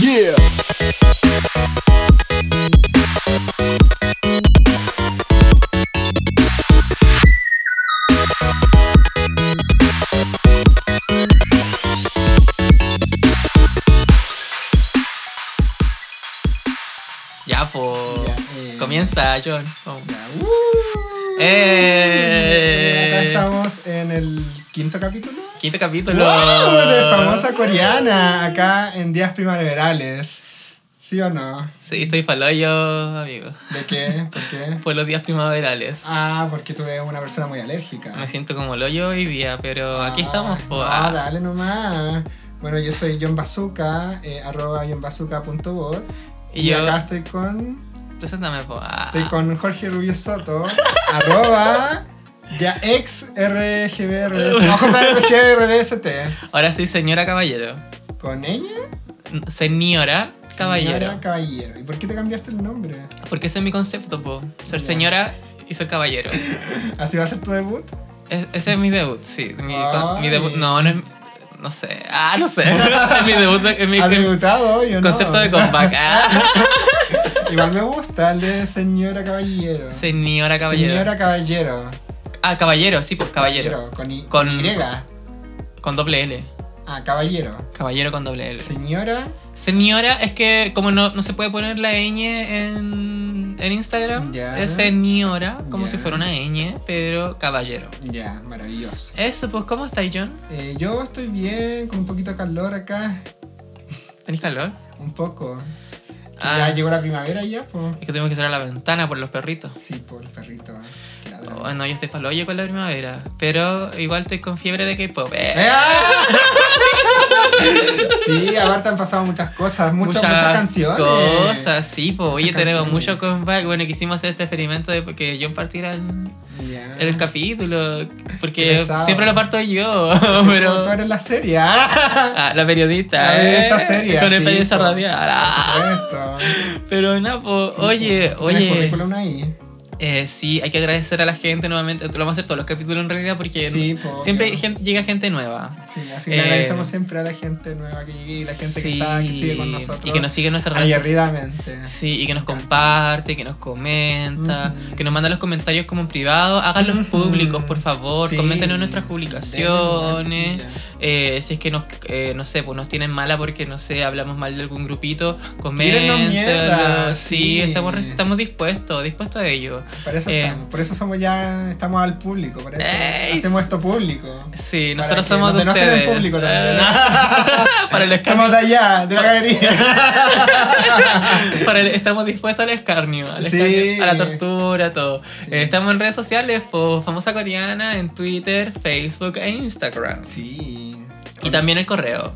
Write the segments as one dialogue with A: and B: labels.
A: Yeah.
B: Ya, pues.
C: Ya, eh,
B: Comienza, John. Oh. Vamos.
C: ya, uh.
B: Eh.
C: Acá estamos en el quinto capítulo.
B: Quinto capítulo.
C: ¡Wow! De famosa coreana, acá en días primaverales. ¿Sí o no?
B: Sí, estoy paloyo, amigo.
C: ¿De qué? ¿Por qué?
B: Por los días primaverales.
C: Ah, porque tú eres una persona muy alérgica.
B: Me siento como el hoyo hoy día, pero aquí estamos. po.
C: Ah,
B: Ah,
C: no, dale nomás. Bueno, yo soy John Bazooka, eh, arroba johnbazooka.bot.
B: Y
C: Y,
B: yo-
C: acá estoy con,
B: Preséntame, po. Ah.
C: estoy con Jorge Rubio Soto, arroba ya ex RGBRDS. No, JRGBRDST.
B: Ahora soy señora caballero.
C: ¿Con ella?
B: Señora caballero.
C: Señora caballero. ¿Y por qué te cambiaste el nombre?
B: Porque ese es mi concepto, po. Ser
C: Ya.
B: señora y ser caballero.
C: ¿Así va a ser tu debut?
B: Es- ese es mi debut, sí. Mi, con-
C: Ay.
B: mi debut. No, no es. No sé. Ah, no sé. es mi debut. Es mi
C: ¿Has
B: es mi
C: debutado hoy o no?
B: concepto de comeback. Ah.
C: Igual me gusta el de señora caballero.
B: Señora caballero.
C: Señora caballero.
B: Ah, caballero, sí, pues caballero.
C: Con, i-
B: Con-
C: con Y.
B: Con doble L.
C: Ah, caballero.
B: Caballero con doble L.
C: Señora,
B: Señora, es que como no, no se puede poner la ñ en, en Instagram,
C: Ya.
B: es señora, como
C: Ya.
B: si fuera una ñ, pero caballero.
C: ya, maravilloso.
B: Eso, pues, ¿cómo estáis, John?
C: Eh, yo estoy bien, con un poquito de calor acá,
B: ¿Tenéis calor?
C: un poco.
B: Ah.
C: Ya llegó la primavera ya, pues.
B: Es que tuvimos que cerrar la ventana por los perritos.
C: Sí, por el perrito. eh, que ladra.
B: Bueno, yo estoy paloyo con la primavera, pero igual estoy con fiebre de K-pop. Eh,
C: ¡Eh! Sí, aparte han pasado muchas cosas, muchas, muchas, canciones.
B: Cosas, sí, pues. Oye,
C: Muchas
B: tenemos
C: canciones.
B: mucho comeback. Bueno, quisimos hacer este experimento de que John partiera el,
C: Ya.
B: el capítulo,
C: Qué
B: porque
C: pesado.
B: siempre lo parto yo,
C: Como Tú
B: pero.
C: eres la serie. ah.
B: Ah, la periodista,
C: La periodista
B: ¿eh?
C: seria,
B: Con
C: sí,
B: experiencia
C: po.
B: radial. Ah,
C: Por supuesto.
B: pero no, po,
C: Sí,
B: oye,
C: po. ¿Tú tienes
B: oye.
C: currículum ahí?
B: eh, sí, hay que agradecer a la gente nuevamente. Lo vamos a hacer todos los capítulos en realidad porque
C: Sí, po,
B: siempre
C: obvio.
B: gen- llega gente nueva.
C: Sí, así que le
B: Eh,
C: agradecemos siempre a la gente nueva que llegue y la gente que
B: Sí,
C: está, que sigue con nosotros.
B: Y que nos sigue en nuestras redes sociales.
C: Aguerridamente.
B: Sí, y que nos comparte, que nos comenta,
C: Ujú.
B: que nos manda los comentarios como en privado. Háganlos
C: Ujú.
B: públicos, por favor.
C: Sí.
B: Comenten en nuestras
C: Denle nomás,
B: publicaciones.
C: chiquilla.
B: Eh, si es que nos, eh, no sé, pues nos tienen mala porque, no sé, hablamos mal de algún grupito,
C: Tírennos
B: coméntenlo.
C: mierda,
B: Sí,
C: sí.
B: estamos, re- estamos dispuestos, dispuestos a ello.
C: Por eso
B: Eh.
C: estamos, por eso somos ya, estamos al público, por eso
B: Ey.
C: hacemos esto público.
B: Sí,
C: Para
B: nosotros
C: que nos
B: somos de
C: denoten en
B: ustedes.
C: público
B: Eh, para
C: Somos
B: el escarnio,
C: de allá, de la galería.
B: para el- estamos dispuestos al escarnio, al
C: Sí.
B: escarnio, a la tortura, todo. Eh, estamos en redes sociales, por Famosa Coreana, en Twitter, Facebook e Instagram.
C: Sí.
B: Y también el correo.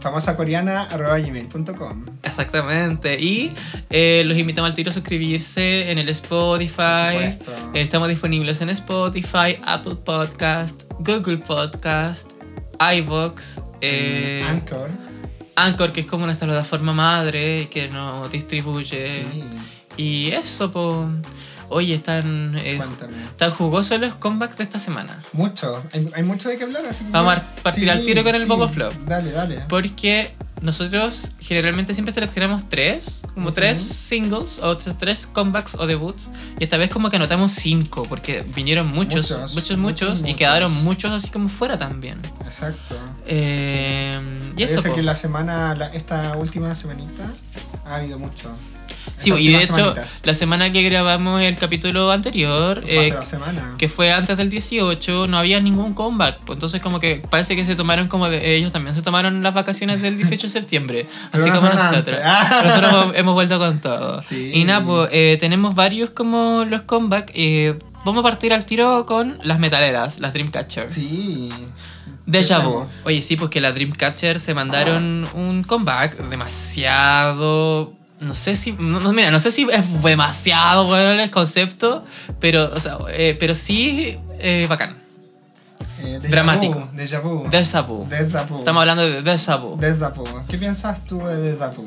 C: Famosa coreana arroba gmail.com.
B: Exactamente. Y eh, los invitamos al tiro a suscribirse en el Spotify.
C: supuesto.
B: Estamos disponibles en Spotify, Apple Podcast, Google Podcast, iVoox, eh,
C: Anchor.
B: Anchor, que es como nuestra plataforma madre y que nos distribuye.
C: Sí.
B: Y eso, po. Oye, están, eh,
C: Cuéntame.
B: están jugosos los comebacks de esta semana.
C: Mucho. Hay, hay mucho de qué hablar, así que.
B: Vamos
C: ya-
B: a partir al tiro con el Bobo Flop.
C: Dale, dale.
B: Porque nosotros generalmente siempre seleccionamos tres, como
C: Ujú.
B: tres singles o tres, tres comebacks o debuts. Y esta vez como que anotamos cinco, porque vinieron muchos, muchos,
C: Muchos,
B: muchos,
C: muchos,
B: y
C: muchos.
B: quedaron muchos así como fuera también.
C: Exacto.
B: Eh, y
C: Yo
B: eso,
C: sé
B: po.
C: que la semana, la- esta última semanita, ha habido mucho.
B: Sí,
C: Estas
B: y de
C: últimas
B: hecho,
C: semanitas.
B: la semana que grabamos el capítulo anterior,
C: Pasó
B: eh,
C: la semana.
B: que fue antes del 18, no había ningún comeback. pues, Entonces como que parece que se tomaron como de ellos también, se tomaron las vacaciones del 18 de septiembre,
C: Pero
B: así
C: una
B: como
C: semana
B: nosotros.
C: antes. Ah.
B: Nosotros hemos- hemos vuelto con todo.
C: Sí.
B: Y nada, pues eh, tenemos varios como los comebacks. eh, vamos a partir al tiro con las metaleras, las Dreamcatcher.
C: Sí.
B: Deja vu.
C: Empecemos.
B: Oye, sí, pues que las Dreamcatcher se mandaron un comeback demasiado. No sé si. No, no, mira, no sé si es demasiado bueno el concepto, pero, o sea, eh, pero sí eh, bacán.
C: Eh, déjà
B: Dramático.
C: vu, Déjà vu.
B: Deja vu.
C: Déjà vu.
B: Estamos hablando de Deja vu.
C: Déjà vu. ¿Qué piensas tú de Déjà vu?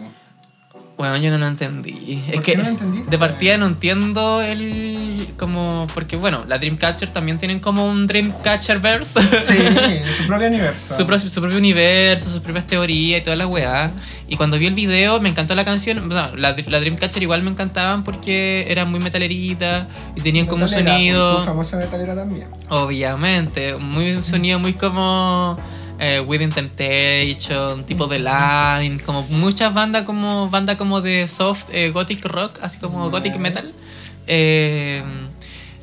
B: Bueno, yo no lo entendí.
C: ¿Por
B: es
C: qué
B: que
C: no lo entendiste?
B: de partida no entiendo el. Como. Porque, bueno, la Dreamcatcher también tienen como un Dreamcatcher verse.
C: Sí, su propio universo.
B: su, pro- su propio universo, sus propias teorías y toda la weá. Y cuando vi el video me encantó la canción. O sea, la, la Dreamcatcher igual me encantaban porque eran muy metalerita y tenían como un
C: Metalera, pues,
B: sonido.
C: tu famosa metalera también.
B: Obviamente, muy un sonido muy como eh, Within Temptation, tipo de Line, como muchas bandas como banda como de soft eh, gothic rock, así como gothic
C: Vale.
B: metal. Eh,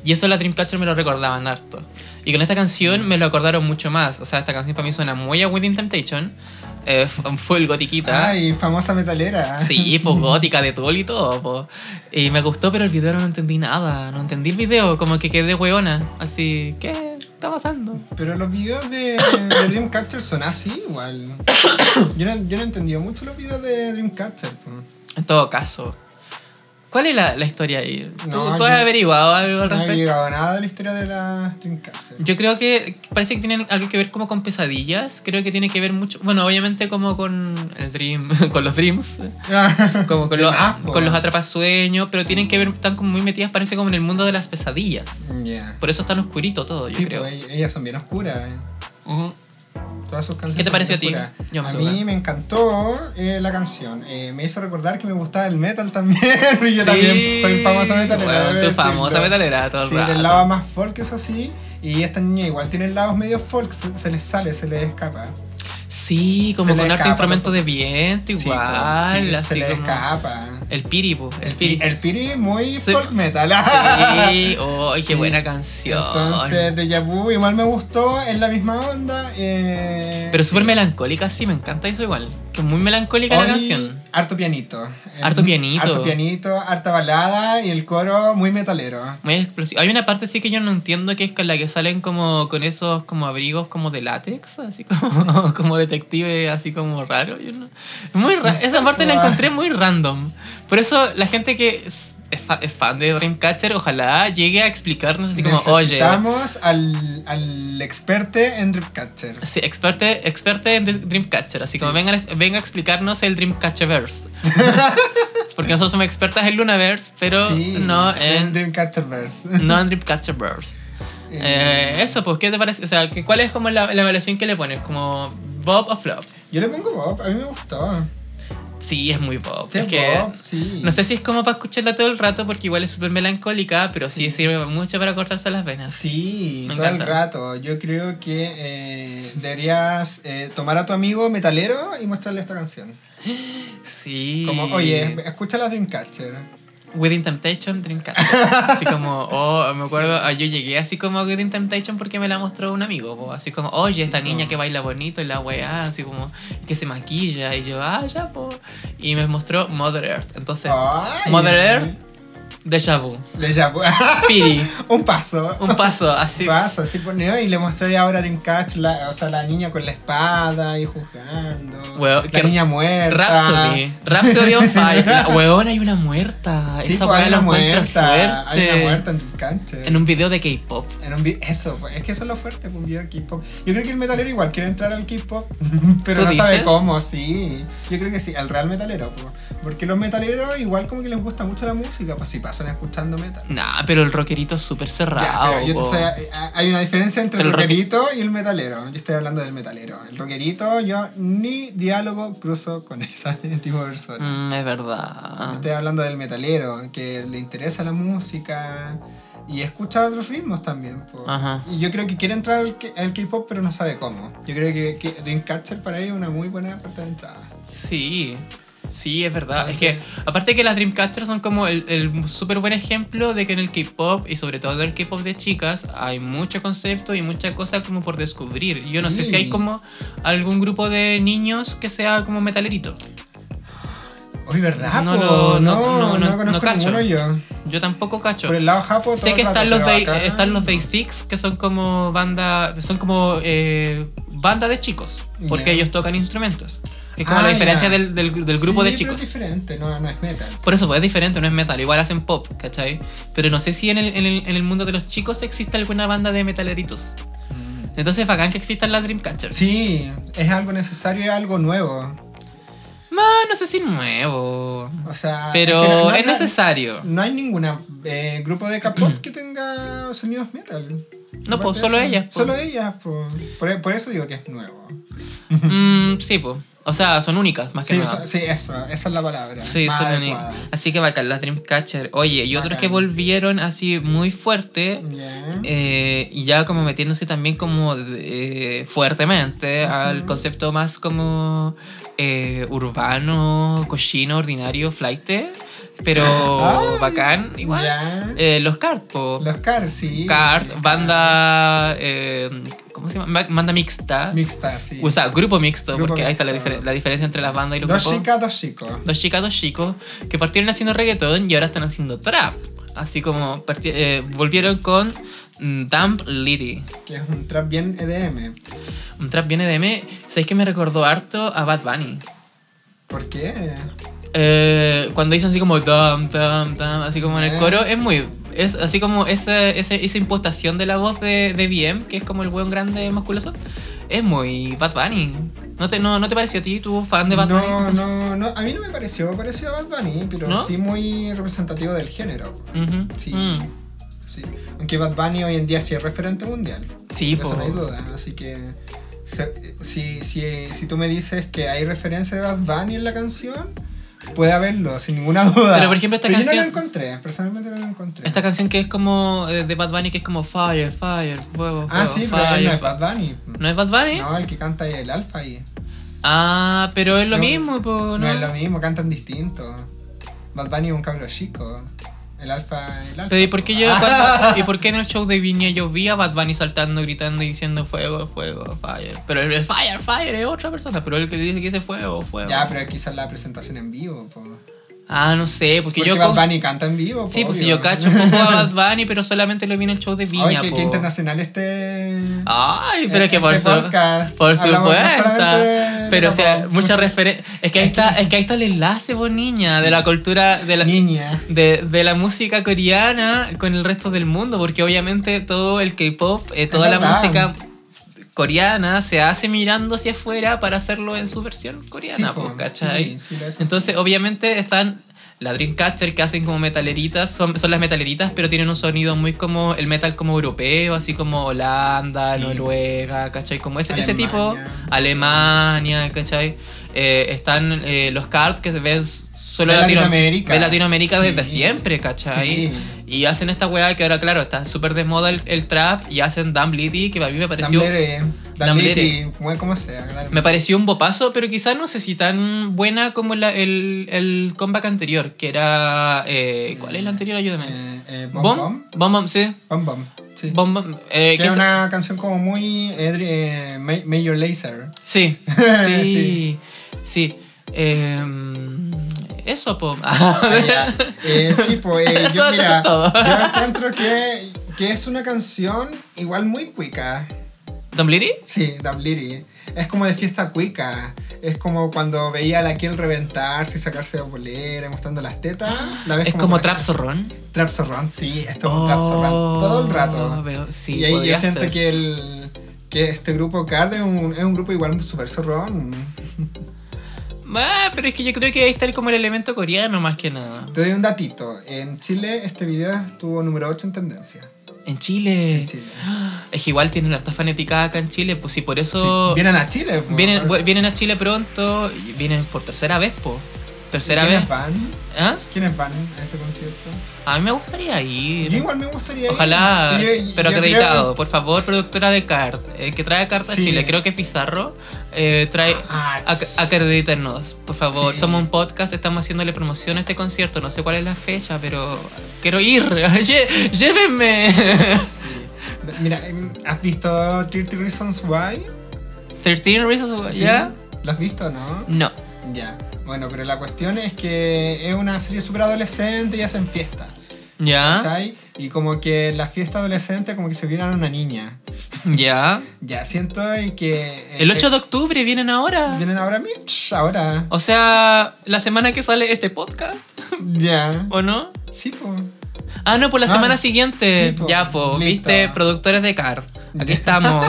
B: y eso la Dreamcatcher me lo recordaban harto. Y con esta canción me lo acordaron mucho más. O sea, esta canción para mí suena muy a Within Temptation, eh, f- full gotiquita.
C: Ay, Ah, famosa metalera.
B: Ah. Sí, pues gótica de todo y todo, po. Y me gustó, pero el video no entendí nada. No entendí el video, como que quedé weona. Así, ¿qué está pasando?
C: Pero los videos de, de Dreamcatcher son así igual. Yo no, yo no entendía mucho los videos de Dreamcatcher. pues. po.
B: En todo caso, ¿cuál es la, la historia ahí? ¿Tú,
C: No,
B: tú has
C: yo-
B: averiguado algo al
C: No había
B: respecto?
C: llegado nada de la historia de la Dreamcatcher.
B: Yo creo que parece que tienen algo que ver como con pesadillas. Creo que tiene que ver mucho. Bueno, obviamente, como con el dream, con los dreams. Como con,
C: De
B: los,
C: más, pues. po.
B: con los atrapasueños, pero tienen que ver, están como muy metidas, parece como en el mundo de las pesadillas.
C: Ya.
B: Por eso es tan oscurito todo, yo
C: Sí,
B: creo.
C: pues, ellas son bien oscuras. eh.
B: Ujú.
C: Todas sus canciones
B: ¿Qué te
C: son
B: pareció a
C: bien
B: ti?
C: oscuras.
B: Yo me
C: a
B: subo.
C: mí me encantó eh, la canción. Eh, me hizo recordar que me gustaba el metal también. y yo
B: Sí.
C: también soy famosa metalera.
B: Bueno,
C: debo
B: tú
C: decirlo.
B: famosa metalera todo el
C: Sí,
B: rato.
C: del lado más folk, eso sí. Y esta niña igual tiene lados medio folk, se, se les sale, se les escapa.
B: Sí, como
C: Se le
B: con harto
C: escapa,
B: instrumento
C: loco.
B: de viento,
C: Sí, pues,
B: igual.
C: sí,
B: así
C: se les
B: como
C: escapa.
B: El piripo, el
C: El,
B: piri.
C: pi- el piri muy
B: Sí.
C: folk metal.
B: Sí, oh, qué
C: Sí.
B: buena canción.
C: Entonces, Deja Vu igual me gustó, es la misma onda. eh,
B: Pero súper
C: sí.
B: melancólica, sí, me encanta eso igual. Que muy melancólica
C: Hoy,
B: la canción.
C: Harto pianito. Eh,
B: Harto pianito.
C: Harto pianito, harta balada y el coro muy metalero.
B: Muy explosiva. Hay una parte sí que yo no entiendo que es con la que salen como con esos como abrigos como de látex, así como, como detective, así como raro. yo no- muy ra-
C: No sé,
B: Esa parte la
C: pues.
B: encontré muy random. Por eso la gente que es, es fa- es fan de Dreamcatcher, ojalá llegue a explicarnos así como, oye.
C: Necesitamos al, al experte en Dreamcatcher.
B: Sí, experte, experte en de- Dreamcatcher, así como venga, venga a explicarnos el Dreamcatcherverse. Porque nosotros somos expertas en Lunaverse, pero
C: Sí,
B: no eh. en,
C: Dreamcatcherverse.
B: no en Dreamcatcherverse. Eh, eso, pues, ¿qué te parece? O sea, que- ¿cuál es como la, la evaluación que le pones? ¿Como Bob o Flop?
C: Yo le pongo Bob, a mí me gustó.
B: Sí, es muy Bob.
C: Sí,
B: Es que
C: Bob, sí.
B: no sé si es como para escucharla todo el rato porque igual es súper melancólica, pero sí, sirve mucho para cortarse las venas.
C: Sí,
B: Me
C: todo el
B: encanta.
C: rato. Yo creo que eh, deberías eh, tomar a tu amigo metalero y mostrarle esta canción.
B: Sí.
C: Como, oye, escucha la Dreamcatcher.
B: Within Temptation, Dreamcatcher. Así como, oh, me acuerdo, ah, yo llegué así como a Within Temptation porque me la mostró un amigo, po. así como, oye, esta niña que baila bonito y la weá, así como, que se maquilla, y yo, ah, ya, po. Y me mostró Mother Earth. Entonces,
C: Ay,
B: Mother Earth, Deja Vu,
C: Deja vu.
B: Piri,
C: Un paso.
B: un paso, así.
C: paso, así por- ¿no? y le mostré ahora a Dreamcatcher, la, o sea, la niña con la espada y juzgando.
B: Bueno,
C: la
B: que-
C: niña muerta.
B: Rhapsody, Rhapsody on Fire. La weona, hay una muerta.
C: Sí,
B: Esa
C: pues,
B: weá
C: hay
B: la
C: una
B: encuentro
C: muerta. Hay una
B: fuerte.
C: muerta en Dreamcatcher.
B: En un video de K-pop.
C: En un vi- eso, pues, es que eso es lo fuerte, pues, un video de K-pop. Yo creo que el metalero igual quiere entrar al K-pop, pero
B: ¿Tú
C: no sabe
B: dices?
C: cómo, sí. Yo creo que sí, al real metalero, pues, porque los metaleros igual como que les gusta mucho la música, pues si pasan escuchando metal.
B: Nah, pero el rockerito es súper cerrado.
C: Ya, pero yo te
B: po.
C: estoy- a- hay una diferencia entre
B: Pero
C: el
B: el roque-
C: rockerito y el metalero. Yo estoy hablando del metalero. El rockerito, yo ni diálogo cruzo con esa tipo de persona.
B: Mm, es verdad.
C: Estoy hablando del metalero, que le interesa la música y escucha otros ritmos también. po.
B: Ajá.
C: Y yo creo que quiere entrar al K- al K-pop, pero no sabe cómo. Yo creo que, que Dreamcatcher para ellos es una muy buena puerta de entrada.
B: Sí, sí, es verdad.
C: Ah,
B: es
C: sí.
B: que, aparte que las Dreamcasters son como el, el súper buen ejemplo de que en el K-pop y sobre todo en el K-pop de chicas hay mucho concepto y mucha cosa como por descubrir. Yo no sé
C: Sí.
B: si hay como algún grupo de niños que sea como metalerito.
C: Hoy, ¿verdad?
B: No
C: po?
B: lo- no- no- no-
C: conozco
B: no cacho.
C: ninguno yo.
B: Yo tampoco cacho.
C: Por el lado japo, todo
B: Sé que
C: el rato,
B: están los,
C: pero
B: Day,
C: acá,
B: están los
C: no.
B: Day Six, que son como banda, son como eh, banda de chicos, porque
C: Ya.
B: ellos tocan instrumentos. Es como
C: Ah,
B: la diferencia
C: ya.
B: del, del- del grupo
C: Sí,
B: de chicos.
C: Pero es diferente, no, no es metal.
B: Por eso, pues es diferente, no es metal, igual hacen pop, ¿cachai? Pero no sé si en el, en el, en el mundo de los chicos existe alguna banda de metaleritos. Entonces es bacán que existan las Dreamcatcher.
C: Sí, es algo necesario y algo nuevo.
B: Más, no sé si nuevo.
C: O sea,
B: Pero
C: Ah, que no- no-
B: es
C: no-
B: necesario.
C: No hay ningún grupo de K-pop que tenga sonidos metal.
B: No, pues, solo ellas, po.
C: Solo ellas, po. Por, por eso digo que es nuevo.
B: Mm, sí, pues. O sea, son únicas, más que
C: Sí,
B: nada.
C: eso, sí, eso, esa es la palabra.
B: Ah, Sí,
C: más
B: son
C: adecuada.
B: únicas. Así que bacán, las Dreamcatcher. Oye, y otros
C: Bacán.
B: que volvieron así muy fuerte.
C: Ya.
B: eh, y ya como metiéndose también como eh, fuertemente al concepto más como eh, urbano, cochino, ordinario, flight, pero
C: Ay,
B: bacán igual.
C: ya.
B: Eh, los Carpo.
C: Los Cars, sí.
B: Card, banda. eh, ¿Cómo se llama? Ma- Banda mixta.
C: Mixtas, sí.
B: O sea, grupo mixto,
C: Grupo
B: porque ahí está la,
C: mixto.
B: diferen- la diferencia entre las bandas y los
C: dos
B: grupos.
C: chicas, dos chicos.
B: Dos chicas, dos chicos, que partieron haciendo reggaetón y ahora están haciendo trap. Así como parti- eh, volvieron con mm, Dump Litty.
C: Que es un trap bien E EDM.
B: Un trap bien EDM. ¿Sabéis que me recordó harto a Bad Bunny?
C: ¿Por qué?
B: Eh, cuando dicen así como dum, dum, dum, así como en el
C: Ah.
B: coro, es muy. Es así como esa, esa, esa impostación de la voz de, de BM, que es como el weón grande musculoso, es muy Bad Bunny. ¿No te, no, no te pareció a ti, tú fan de Bad
C: no,
B: Bunny?
C: no, no. A mí no me pareció pareció a Bad Bunny, pero
B: ¿No?
C: sí muy representativo del género.
B: Ujú.
C: Sí.
B: Mm.
C: Sí. Aunque Bad Bunny hoy en día sí es referente mundial.
B: Sí,
C: De eso
B: po.
C: no hay duda. Así que se- si, si, si tú me dices que hay referencia de Bad Bunny en la canción, puede haberlo, sin ninguna duda.
B: Pero, por ejemplo, esta
C: Yo no
B: canción-
C: lo encontré, personalmente no lo encontré.
B: Esta canción que es como eh, de Bad Bunny, que es como Fire, Fire, huevo.
C: ah,
B: huevo,
C: sí, pero él
B: fire.
C: no es Bad Bunny.
B: ¿No es Bad Bunny?
C: No, el que canta es el Alfa ahí.
B: Ah, pero es lo
C: No,
B: mismo, po,
C: No,
B: ¿no?
C: es lo mismo, cantan distinto. Bad Bunny es un cabro chico. El Alfa, el Alfa.
B: Pero ¿y por qué yo
C: Ah,
B: cuando- ¿Y por qué en el show de Viña yo vi a Bad Bunny saltando, gritando y diciendo fuego, fuego, fire? Pero el, el fire, fire es otra persona, pero el que dice que dice fuego, fuego.
C: Ya, pero quizás la presentación en vivo. po.
B: Ah, no sé, porque,
C: Porque
B: yo...
C: Bad
B: con-
C: Bunny canta en vivo.
B: Sí,
C: po,
B: pues si
C: obvio.
B: yo cacho un poco a Bad Bunny, pero solamente lo vi en el show de
C: Ay,
B: Viña,
C: que,
B: po. Ah,
C: que internacional este.
B: Ay, pero es que
C: Este
B: por, su-
C: podcast
B: por
C: hablamos no
B: supuesto.
C: solamente de
B: Pero o sea,
C: Japón,
B: mucha
C: pues,
B: referencia. Es que ahí está, es que ahí está el enlace, pues niña, de la cultura de la
C: Niña.
B: De, de la música coreana con el resto del mundo, porque obviamente todo el K-pop, eh, toda la
C: verdad.
B: música coreana se hace mirando hacia afuera para hacerlo en su versión
C: Sí,
B: coreana, pues,
C: po,
B: ¿cachai?
C: sí, sí, lo es.
B: Entonces, obviamente están la Dreamcatcher que hacen como metaleritas, son, son las metaleritas, pero tienen un sonido muy como el metal como europeo, así como Holanda,
C: Sí.
B: Noruega, ¿cachai? Como ese, ese
C: Alemania.
B: tipo, Alemania, ¿cachai? Eh, están eh, los cards que se ven s- solo
C: De
B: en Latino-
C: Latinoamérica.
B: de Latinoamérica desde
C: Sí.
B: siempre, ¿cachai?
C: Sí.
B: Y hacen esta weá que ahora, claro, está súper de moda el, el trap y hacen Dumb Litty, que a mí me pareció...
C: Damblere,
B: Damblere.
C: Damblete, como- como sea. claro.
B: Me pareció un bopazo, pero quizás no sé si tan buena como la- el, el comeback anterior, que era. eh, ¿Cuál es la anterior? Ayúdame.
C: Eh, eh, Bom
B: ¿Bomb?
C: Bom.
B: Bomb, Bomb, sí.
C: Bom Bom. Sí.
B: Bomb, Bomb, eh,
C: Que
B: que
C: es
B: es-
C: una canción como muy eh, dri- eh, Ma- Major Laser.
B: Sí. Sí.
C: Sí.
B: sí. Eh, eso, po.
C: Ya. Eh, sí, pues eh,
B: Eso-
C: yo,
B: Ah, eso
C: mira,
B: es todo.
C: yo encuentro que, que es una canción igual muy cuica.
B: ¿Don Blitty?
C: Sí, Dabliri. Es como de fiesta cuica. Es como cuando veía a la Kiel reventarse y sacarse la bolera, mostrando las tetas. La ves
B: Es como
C: por
B: Trap
C: ejemplo,
B: Zorrón.
C: Trap Zorrón, sí, esto es un Trap Zorrón todo el
B: Oh,
C: rato.
B: pero sí,
C: y ahí yo
B: podría
C: siento
B: ser.
C: que, el, que este grupo Card es un, es un grupo igual super zorrón.
B: Ah, pero es que yo creo que ahí está el- como el elemento coreano más que nada.
C: Te doy un datito. En Chile este video estuvo número 8 en tendencia.
B: En Chile.
C: En Chile.
B: Es que igual tienen harta fanática acá en Chile, pues sí, por
C: Sí,
B: eso.
C: Vienen a Chile. pues, po.
B: Vienen, vu- vienen a Chile pronto, y vienen por tercera vez, po. Tercera vez.
C: ¿Quiénes van?
B: ¿Ah?
C: ¿Quiénes van a ese concierto?
B: A mí me gustaría
C: Yo
B: ir.
C: igual me gustaría ir.
B: Ojalá,
C: Yo-
B: pero
C: yo creo-
B: acreditado. Por favor, productora de Card, eh, que trae carta a
C: Sí.
B: Chile. Creo que es Pizarro. eh, trae.
C: Ah,
B: ac- acredítenos, por favor.
C: Sí.
B: Somos un podcast, estamos haciéndole promoción a este concierto. No sé cuál es la fecha, pero quiero ir. Lle- Llévenme.
C: Mira, ¿has visto 30 Reasons Why?
B: 13 Reasons, Why, ¿ya?
C: ¿Lo has visto, no?
B: No.
C: Ya. Bueno, pero la cuestión es que es una serie súper adolescente y hacen fiesta.
B: ¿Ya?
C: ¿Cachai? Y como que la fiesta adolescente como que se vieron a una niña.
B: ¿Ya?
C: Ya, siento y que... eh,
B: El 8 de octubre vienen ahora.
C: eh, ¿Vienen ahora a mí? Ch, Ahora.
B: O sea, la semana que sale este podcast,
C: Ya.
B: ¿o no?
C: Sí, po.
B: Ah, no, por la
C: Ah,
B: semana siguiente.
C: sí, po.
B: Ya, pues, po,
C: Listo.
B: viste, productores de CARD. Aquí estamos.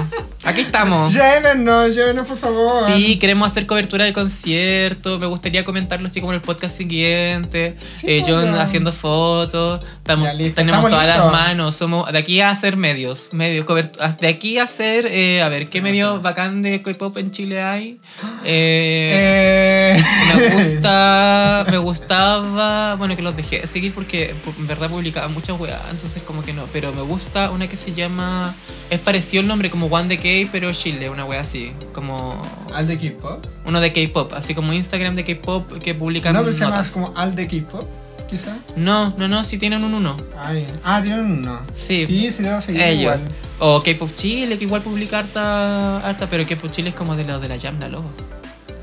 B: Aquí estamos.
C: Llévenos, llévenos por favor.
B: Sí, queremos hacer cobertura de concierto. Me gustaría comentarlo así como en el podcast siguiente.
C: Sí,
B: Eh, John
C: bueno.
B: haciendo fotos. Estamos-
C: Ya, listo,
B: tenemos
C: estamos
B: todas las
C: listos.
B: manos. Somos de aquí a hacer medios. medios cobertu- de aquí a hacer. eh, a ver, ¿qué medio bacán de K-pop en Chile hay? Eh,
C: Eh,
B: Me gusta. Me gustaba. Bueno, que los dejé de seguir porque pu- en verdad publicaba muchas weas. Entonces, como que no. Pero me gusta una que se llama. Es parecido el nombre como One Decay, pero Chile, una wea así. Como.
C: Al de K-pop.
B: Uno de K-pop, así como Instagram de K-pop que publican
C: No, pero se llama
B: notas.
C: como Al de K-pop, quizá.
B: No, no, no, sí tienen un uno.
C: Ay, ah, tienen uno.
B: Sí.
C: Sí, sí, debo seguir.
B: Ellos.
C: igual.
B: O K-pop Chile, que igual publica harta, harta, pero K-pop Chile es como de lo de la Yamna Lobo.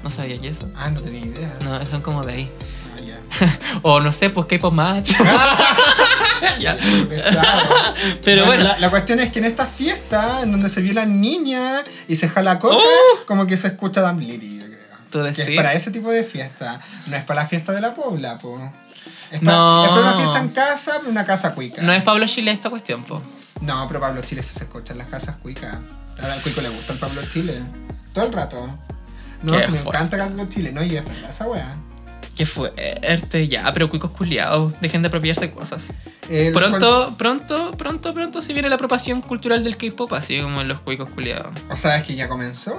B: ¿No sabías eso?
C: Ah, no tenía idea.
B: No, son como de ahí.
C: Ah, ya.
B: O no sé, pues K-pop Match. Ya.
C: Qué pesado.
B: Pero bueno,
C: La, la cuestión es que en esta fiesta, en donde se violan niñas y se jala coca, como que se escucha Dan Bliri, yo creo.
B: Oh. ¿Tú
C: que
B: decís?
C: es para ese tipo de fiesta. No es para la fiesta de la pobla, po. Es para,
B: No.
C: es para una fiesta en casa, pero una casa cuica.
B: no es Pablo Chile esta cuestión, po.
C: No, pero Pablo Chile sí se escucha en las casas cuicas. Ahora al cuico le gusta el Pablo Chile. Todo el rato. No,
B: Qué
C: se me
B: fuerte.
C: encanta Pablo Chile. No, y es verdad esa weá.
B: Qué fuerte, eh, ya, ah, pero cuicos culiados, dejen de apropiarse cosas.
C: El-
B: Pronto, pronto, pronto, pronto se viene la apropiación cultural del K-pop, así como en los cuicos culiados.
C: O sea, es que ya comenzó.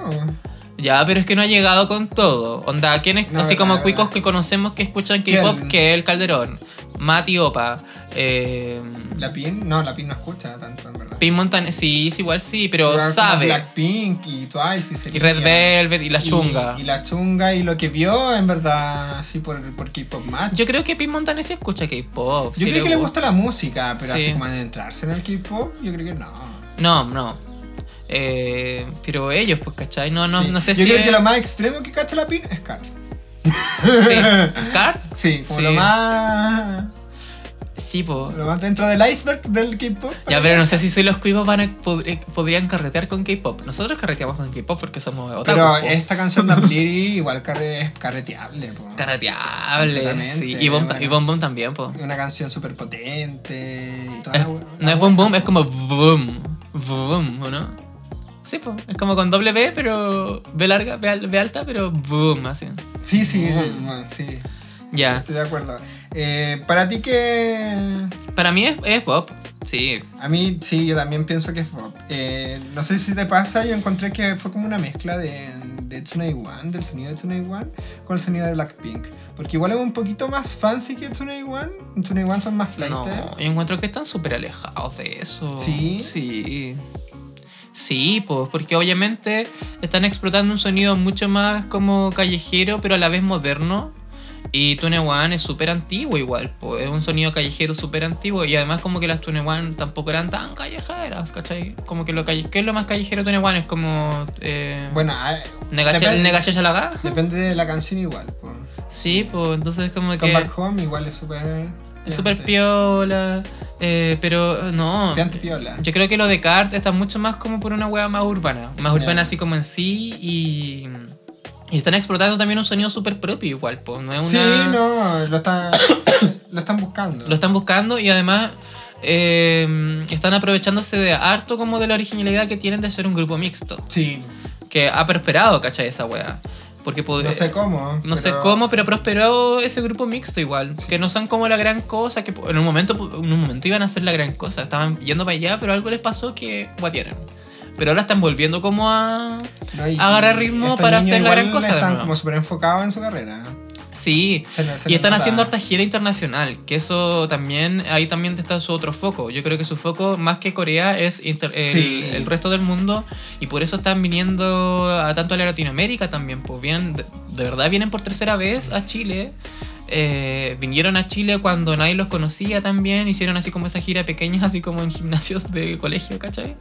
B: Ya, pero es que no ha llegado con todo. Onda, ¿quién es?
C: No,
B: así
C: verdad,
B: como
C: verdad.
B: cuicos que conocemos que escuchan
C: ¿Quién?
B: K-pop, que el Calderón, Mati Opa, eh,
C: La PIN, no, la PIN no escucha tanto, en verdad.
B: Pim Montaner, sí, es igual sí, pero
C: Pero como
B: sabe.
C: Blackpink y Twice y
B: y
C: Celine
B: Red
C: Dion.
B: Velvet y La
C: Y-
B: Chunga.
C: Y, la chunga y lo que vio, en verdad, así por, por K-pop match.
B: Yo creo que Pim Montaner sí escucha K-pop.
C: Yo
B: sí
C: creo que le gusta la música, pero
B: Sí.
C: así como adentrarse en el K-pop, yo creo que no.
B: No, no. Eh, pero ellos, pues, ¿cachai? No, no,
C: Sí.
B: no sé
C: yo
B: si.
C: creo
B: es-
C: que lo más extremo que cacha la pin es Kat.
B: Sí. ¿Cart?
C: Sí, como
B: Sí.
C: lo más.
B: Sí, po.
C: Lo más dentro del iceberg del K-pop.
B: Ya, pero no sé si soy los cuicos van a, pod- eh, podrían carretear con K-pop. Nosotros carreteamos con K-pop porque somos otaku.
C: Pero
B: po.
C: esta canción de Bleedy igual carre- es carreteable, po.
B: Carreteable,
C: Completamente,
B: sí. Y Bom,
C: bueno.
B: y Bom Bom también, po.
C: Una canción súper potente y toda
B: Es-
C: la we-
B: no
C: la
B: es
C: we-
B: Boom Boom, es como Boom. Boom, ¿o no? Sí, po. Es como con doble B, pero B larga, B, al- B alta, pero Boom, así.
C: Sí, sí,
B: Mm.
C: bueno, sí.
B: Ya.
C: Estoy de acuerdo. Eh, para ti que...
B: Para mí es, es pop. Sí.
C: A mí sí, yo también pienso que fue... eh, no sé si te pasa, yo encontré que fue como una mezcla de, de Tsunade One, del sonido de Tsunade One, con el sonido de Blackpink. Porque igual es un poquito más fancy que Tsunade One. En Tsunade One son más flight.
B: No, yo encuentro que están súper alejados de eso.
C: ¿Sí?
B: Sí. Sí, pues, porque obviamente están explotando un sonido mucho más como callejero, pero a la vez moderno. Y Tune One es súper antiguo igual, pues, es un sonido callejero súper antiguo. Y además como que las Tune One tampoco eran tan callejeras, ¿cachai? Como que lo, calle... ¿qué es lo más callejero de Tune One? Es como... Eh...
C: Bueno, ah,
B: Negache-
C: depende-
B: Negache Yalaga.
C: depende de la canción igual. po.
B: Sí, pues, entonces como
C: Come
B: que...
C: Back Home igual es súper...
B: Es súper
C: piante,
B: piola, eh, pero no.
C: piante piola.
B: Yo creo que lo de Cart está mucho más como por una hueá más urbana. Más
C: Ya.
B: urbana así como en sí y... Y están explotando también un sonido súper propio igual, pues no es una...
C: Sí, no, lo, está- lo están buscando.
B: Lo están buscando y además eh, están aprovechándose de harto como de la originalidad que tienen de ser un grupo mixto.
C: Sí,
B: Que ha prosperado, ¿cachai? Esa hueá. Porque pod-
C: no sé cómo.
B: no sé
C: pero-
B: cómo, pero prosperó ese grupo mixto igual. Que no son como la gran cosa, que en un momento, en un momento iban a hacer la gran cosa. Estaban yendo para allá, pero algo les pasó que guatearon. Pero ahora están volviendo como a...
C: No, y-
B: agarrar
C: y
B: ritmo
C: estos
B: para
C: niños
B: hacer la
C: igual
B: gran cosa de
C: Están
B: nuevo.
C: como súper enfocados en su carrera.
B: Sí.
C: Se le- se
B: Y
C: le
B: están
C: nota.
B: haciendo harta gira internacional, que eso también, ahí también está su otro foco. Yo creo que su foco, más que Corea, es inter- el,
C: Sí.
B: el resto del mundo y por eso están viniendo a, tanto a la Latinoamérica también. Pues vienen, de, de verdad vienen por tercera vez a Chile. Eh, vinieron a Chile cuando nadie los conocía también, hicieron así como esa gira pequeña, así como en gimnasios de colegio, ¿cachai?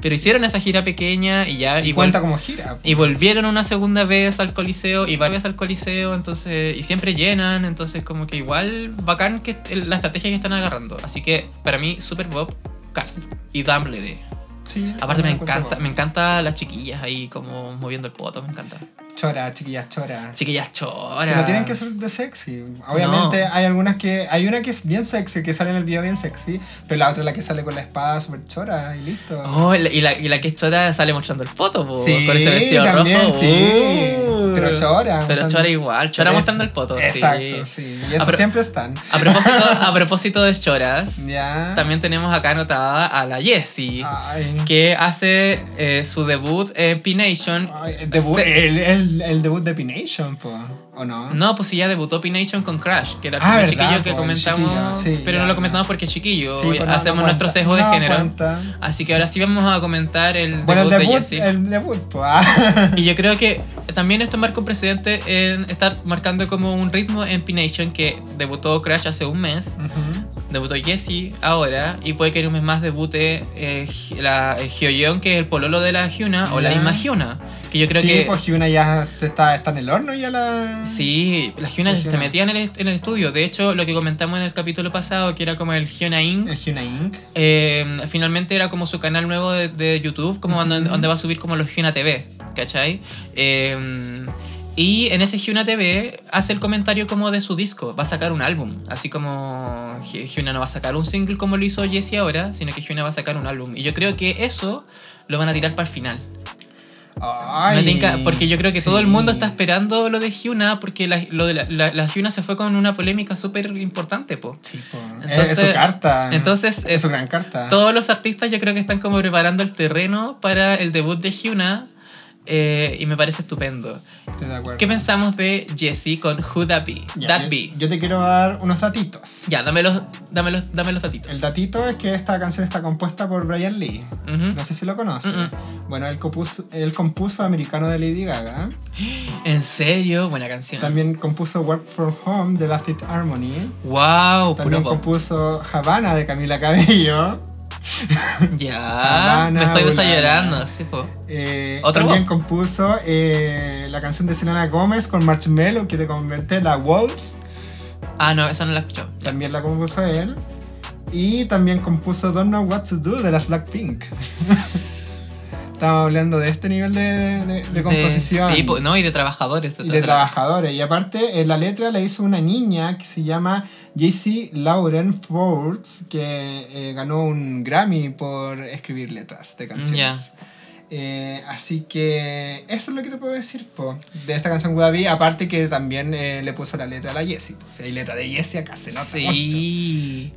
B: Pero hicieron esa gira pequeña y ya...
C: Y
B: igual-
C: cuenta como gira.
B: y volvieron una segunda vez al Coliseo y varias veces al Coliseo, entonces, y siempre llenan, entonces como que igual bacán que el- la estrategia que están agarrando. Así que para mí, Super Bob, Cart y Dumbledore.
C: Sí,
B: Aparte me
C: cuenta
B: encanta,
C: como-
B: me encanta las chiquillas ahí como moviendo el poto, me encanta.
C: chora, chiquillas chora.
B: Chiquillas choras.
C: No tienen que ser de sexy. Obviamente hay algunas que. Hay una que es bien sexy, que sale en el video bien sexy, pero la otra es la que sale con la espada súper chora y listo.
B: Oh, y, la, y la que es chora sale mostrando el poto, po,
C: Sí,
B: Oh, con ese vestido
C: también,
B: rojo.
C: sí.
B: Uh.
C: Pero chora.
B: Pero chora igual, chora
C: Pero es-
B: mostrando el poto. sí.
C: Exacto, sí. Y
B: Ah,
C: eso
B: pero-
C: siempre están.
B: A propósito, a propósito de choras,
C: Ya.
B: también tenemos acá anotada a la Jessie,
C: Ay.
B: que hace eh, su debut en P-Nation.
C: Ay, el, debu-
B: Se-
C: el, el- el debut de Pination, po. ¿O no?
B: No, pues sí, ya debutó P-Nation con Crash, que era
C: Ah, ¿verdad,
B: el chiquillo que
C: po? El
B: comentamos,
C: chiquillo, sí,
B: pero no
C: ya,
B: lo
C: ya.
B: comentamos porque es chiquillo,
C: Sí, pues no, no
B: hacemos nuestro
C: cuenta.
B: sesgo de
C: No
B: género.
C: cuenta.
B: Así que ahora sí vamos a comentar el
C: Bueno, el
B: debut, de
C: debut,
B: Jessie.
C: el debut, po. Ah,
B: Y yo creo que también esto marca un precedente en estar marcando como un ritmo en P-Nation que debutó Crash hace un mes,
C: ujú.
B: debutó Jessie ahora y puede que en un mes más debute eh, Hi- la eh, Hyoyeon que es el pololo de la Hyuna o la
C: Ya.
B: misma Hyuna, que yo creo
C: sí,
B: que
C: pues Hyuna ya se está, está en el horno ya la.
B: Sí, la Hyuna
C: La
B: se
C: Hyuna.
B: metía en el, est- en el estudio. De hecho, lo que comentamos en el capítulo pasado, que era como el Hyuna Inc.,
C: El Hyuna Inc.
B: eh, finalmente era como su canal nuevo de, de YouTube, como donde, donde va a subir como los Hyuna TV, ¿cachai? Eh, y en ese Hyuna TV hace el comentario como de su disco, va a sacar un álbum, así como Hy- Hyuna no va a sacar un single como lo hizo Jessie ahora, sino que Hyuna va a sacar un álbum. Y yo creo que eso lo van a tirar para el final.
C: Ay,
B: Me tinca, porque yo creo que todo el
C: sí.
B: mundo está esperando lo de Hyuna, porque la, lo de la, la- la Hyuna se fue con una polémica súper importante, po.
C: Sí, po.
B: Entonces-
C: es, es su carta.
B: Entonces, eh,
C: es su gran carta.
B: todos los artistas yo creo que están como preparando el terreno para el debut de Hyuna, eh, y me parece estupendo.
C: Estoy de acuerdo.
B: ¿Qué pensamos de Jessie con Who That Be?
C: Ya,
B: That
C: yo,
B: Be.
C: yo te quiero dar unos datitos.
B: Ya, dame los, dame los, dame los datitos.
C: El datito es que esta canción está compuesta por Brian Lee.
B: Ujú.
C: No sé si lo conoces.
B: Mm. Mm-mm.
C: Bueno, él compuso, él compuso Americano de Lady Gaga.
B: En serio, buena canción.
C: También compuso Work from Home de La Fifth Harmony. También
B: Wow, Oh, puro pop.
C: compuso Havana de Camila Cabello.
B: Ya, me
C: Habana,
B: estoy
C: Bulana.
B: desayorando, sí, po.
C: Eh,
B: ¿Otro
C: también
B: pop?
C: compuso eh, la canción de Selena Gómez con Marshmello, que te comenté, La Wolves.
B: Ah, no, esa no la escuchó.
C: También la compuso él. Y también compuso Don't Know What to Do de las Blackpink. Estamos hablando de este nivel de, de- de composición.
B: sí, po, no, y de trabajadores.
C: y de
B: tra-
C: trabajadores. Y aparte, eh, la letra la hizo una niña que se llama JC Lauren Fords, que eh, ganó un Grammy por escribir letras de canciones. Eh, así que eso es lo que te puedo decir po, de esta canción Gudavi. Aparte que también eh, le puso la letra a la Jessie. po. Si hay letra de Jessie acá se nota. mucho.
B: Sí.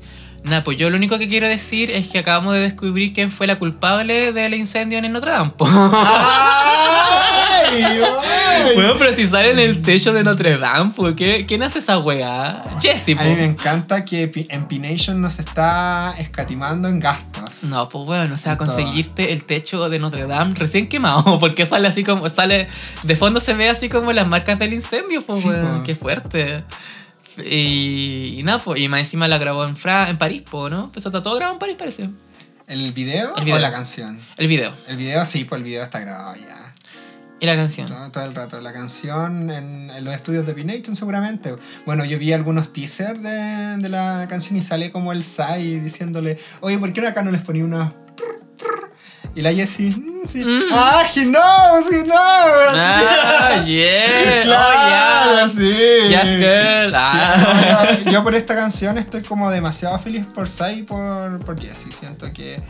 B: Nada, pues yo lo único que quiero decir es que acabamos de descubrir quién fue la culpable del incendio en el Notre Dame. po.
C: ¡Ay, ay!
B: Bueno, pero si sale en el techo de Notre Dame, po, ¿qué- ¿quién hace esa weá? Jessie, po.
C: A mí me encanta que Pi- en P-Nation nos está escatimando en gastos.
B: No, pues bueno, o sea, conseguirte el techo de Notre Dame recién quemado, porque sale así como, sale, de fondo se ve así como las marcas del incendio, pues
C: Sí,
B: weón,
C: po.
B: qué fuerte. Y, y nada, pues, y más encima la grabó en, Fra en París, pues, ¿no? Pues está todo grabado en París, parece.
C: ¿El video,
B: El video.
C: o la canción?
B: El video
C: El video sí, pues el video está grabado ya.
B: y la canción.
C: Todo, todo el rato. La canción en, en los estudios de P-Nation seguramente. Bueno, yo vi algunos teasers de, de la canción y sale como el Sai diciéndole, oye, ¿por qué acá no les ponía unos... prr, prr?" Y la Jessie, "Mm, sí. ¡Ah, he knows, he knows!
B: Ah, yeah.
C: Claro,
B: oh, yeah.
C: sí.
B: Yes, girl. Ah.
C: Sí, no, no, yo por esta canción estoy como demasiado feliz por Sai y por, por Jessie. Siento que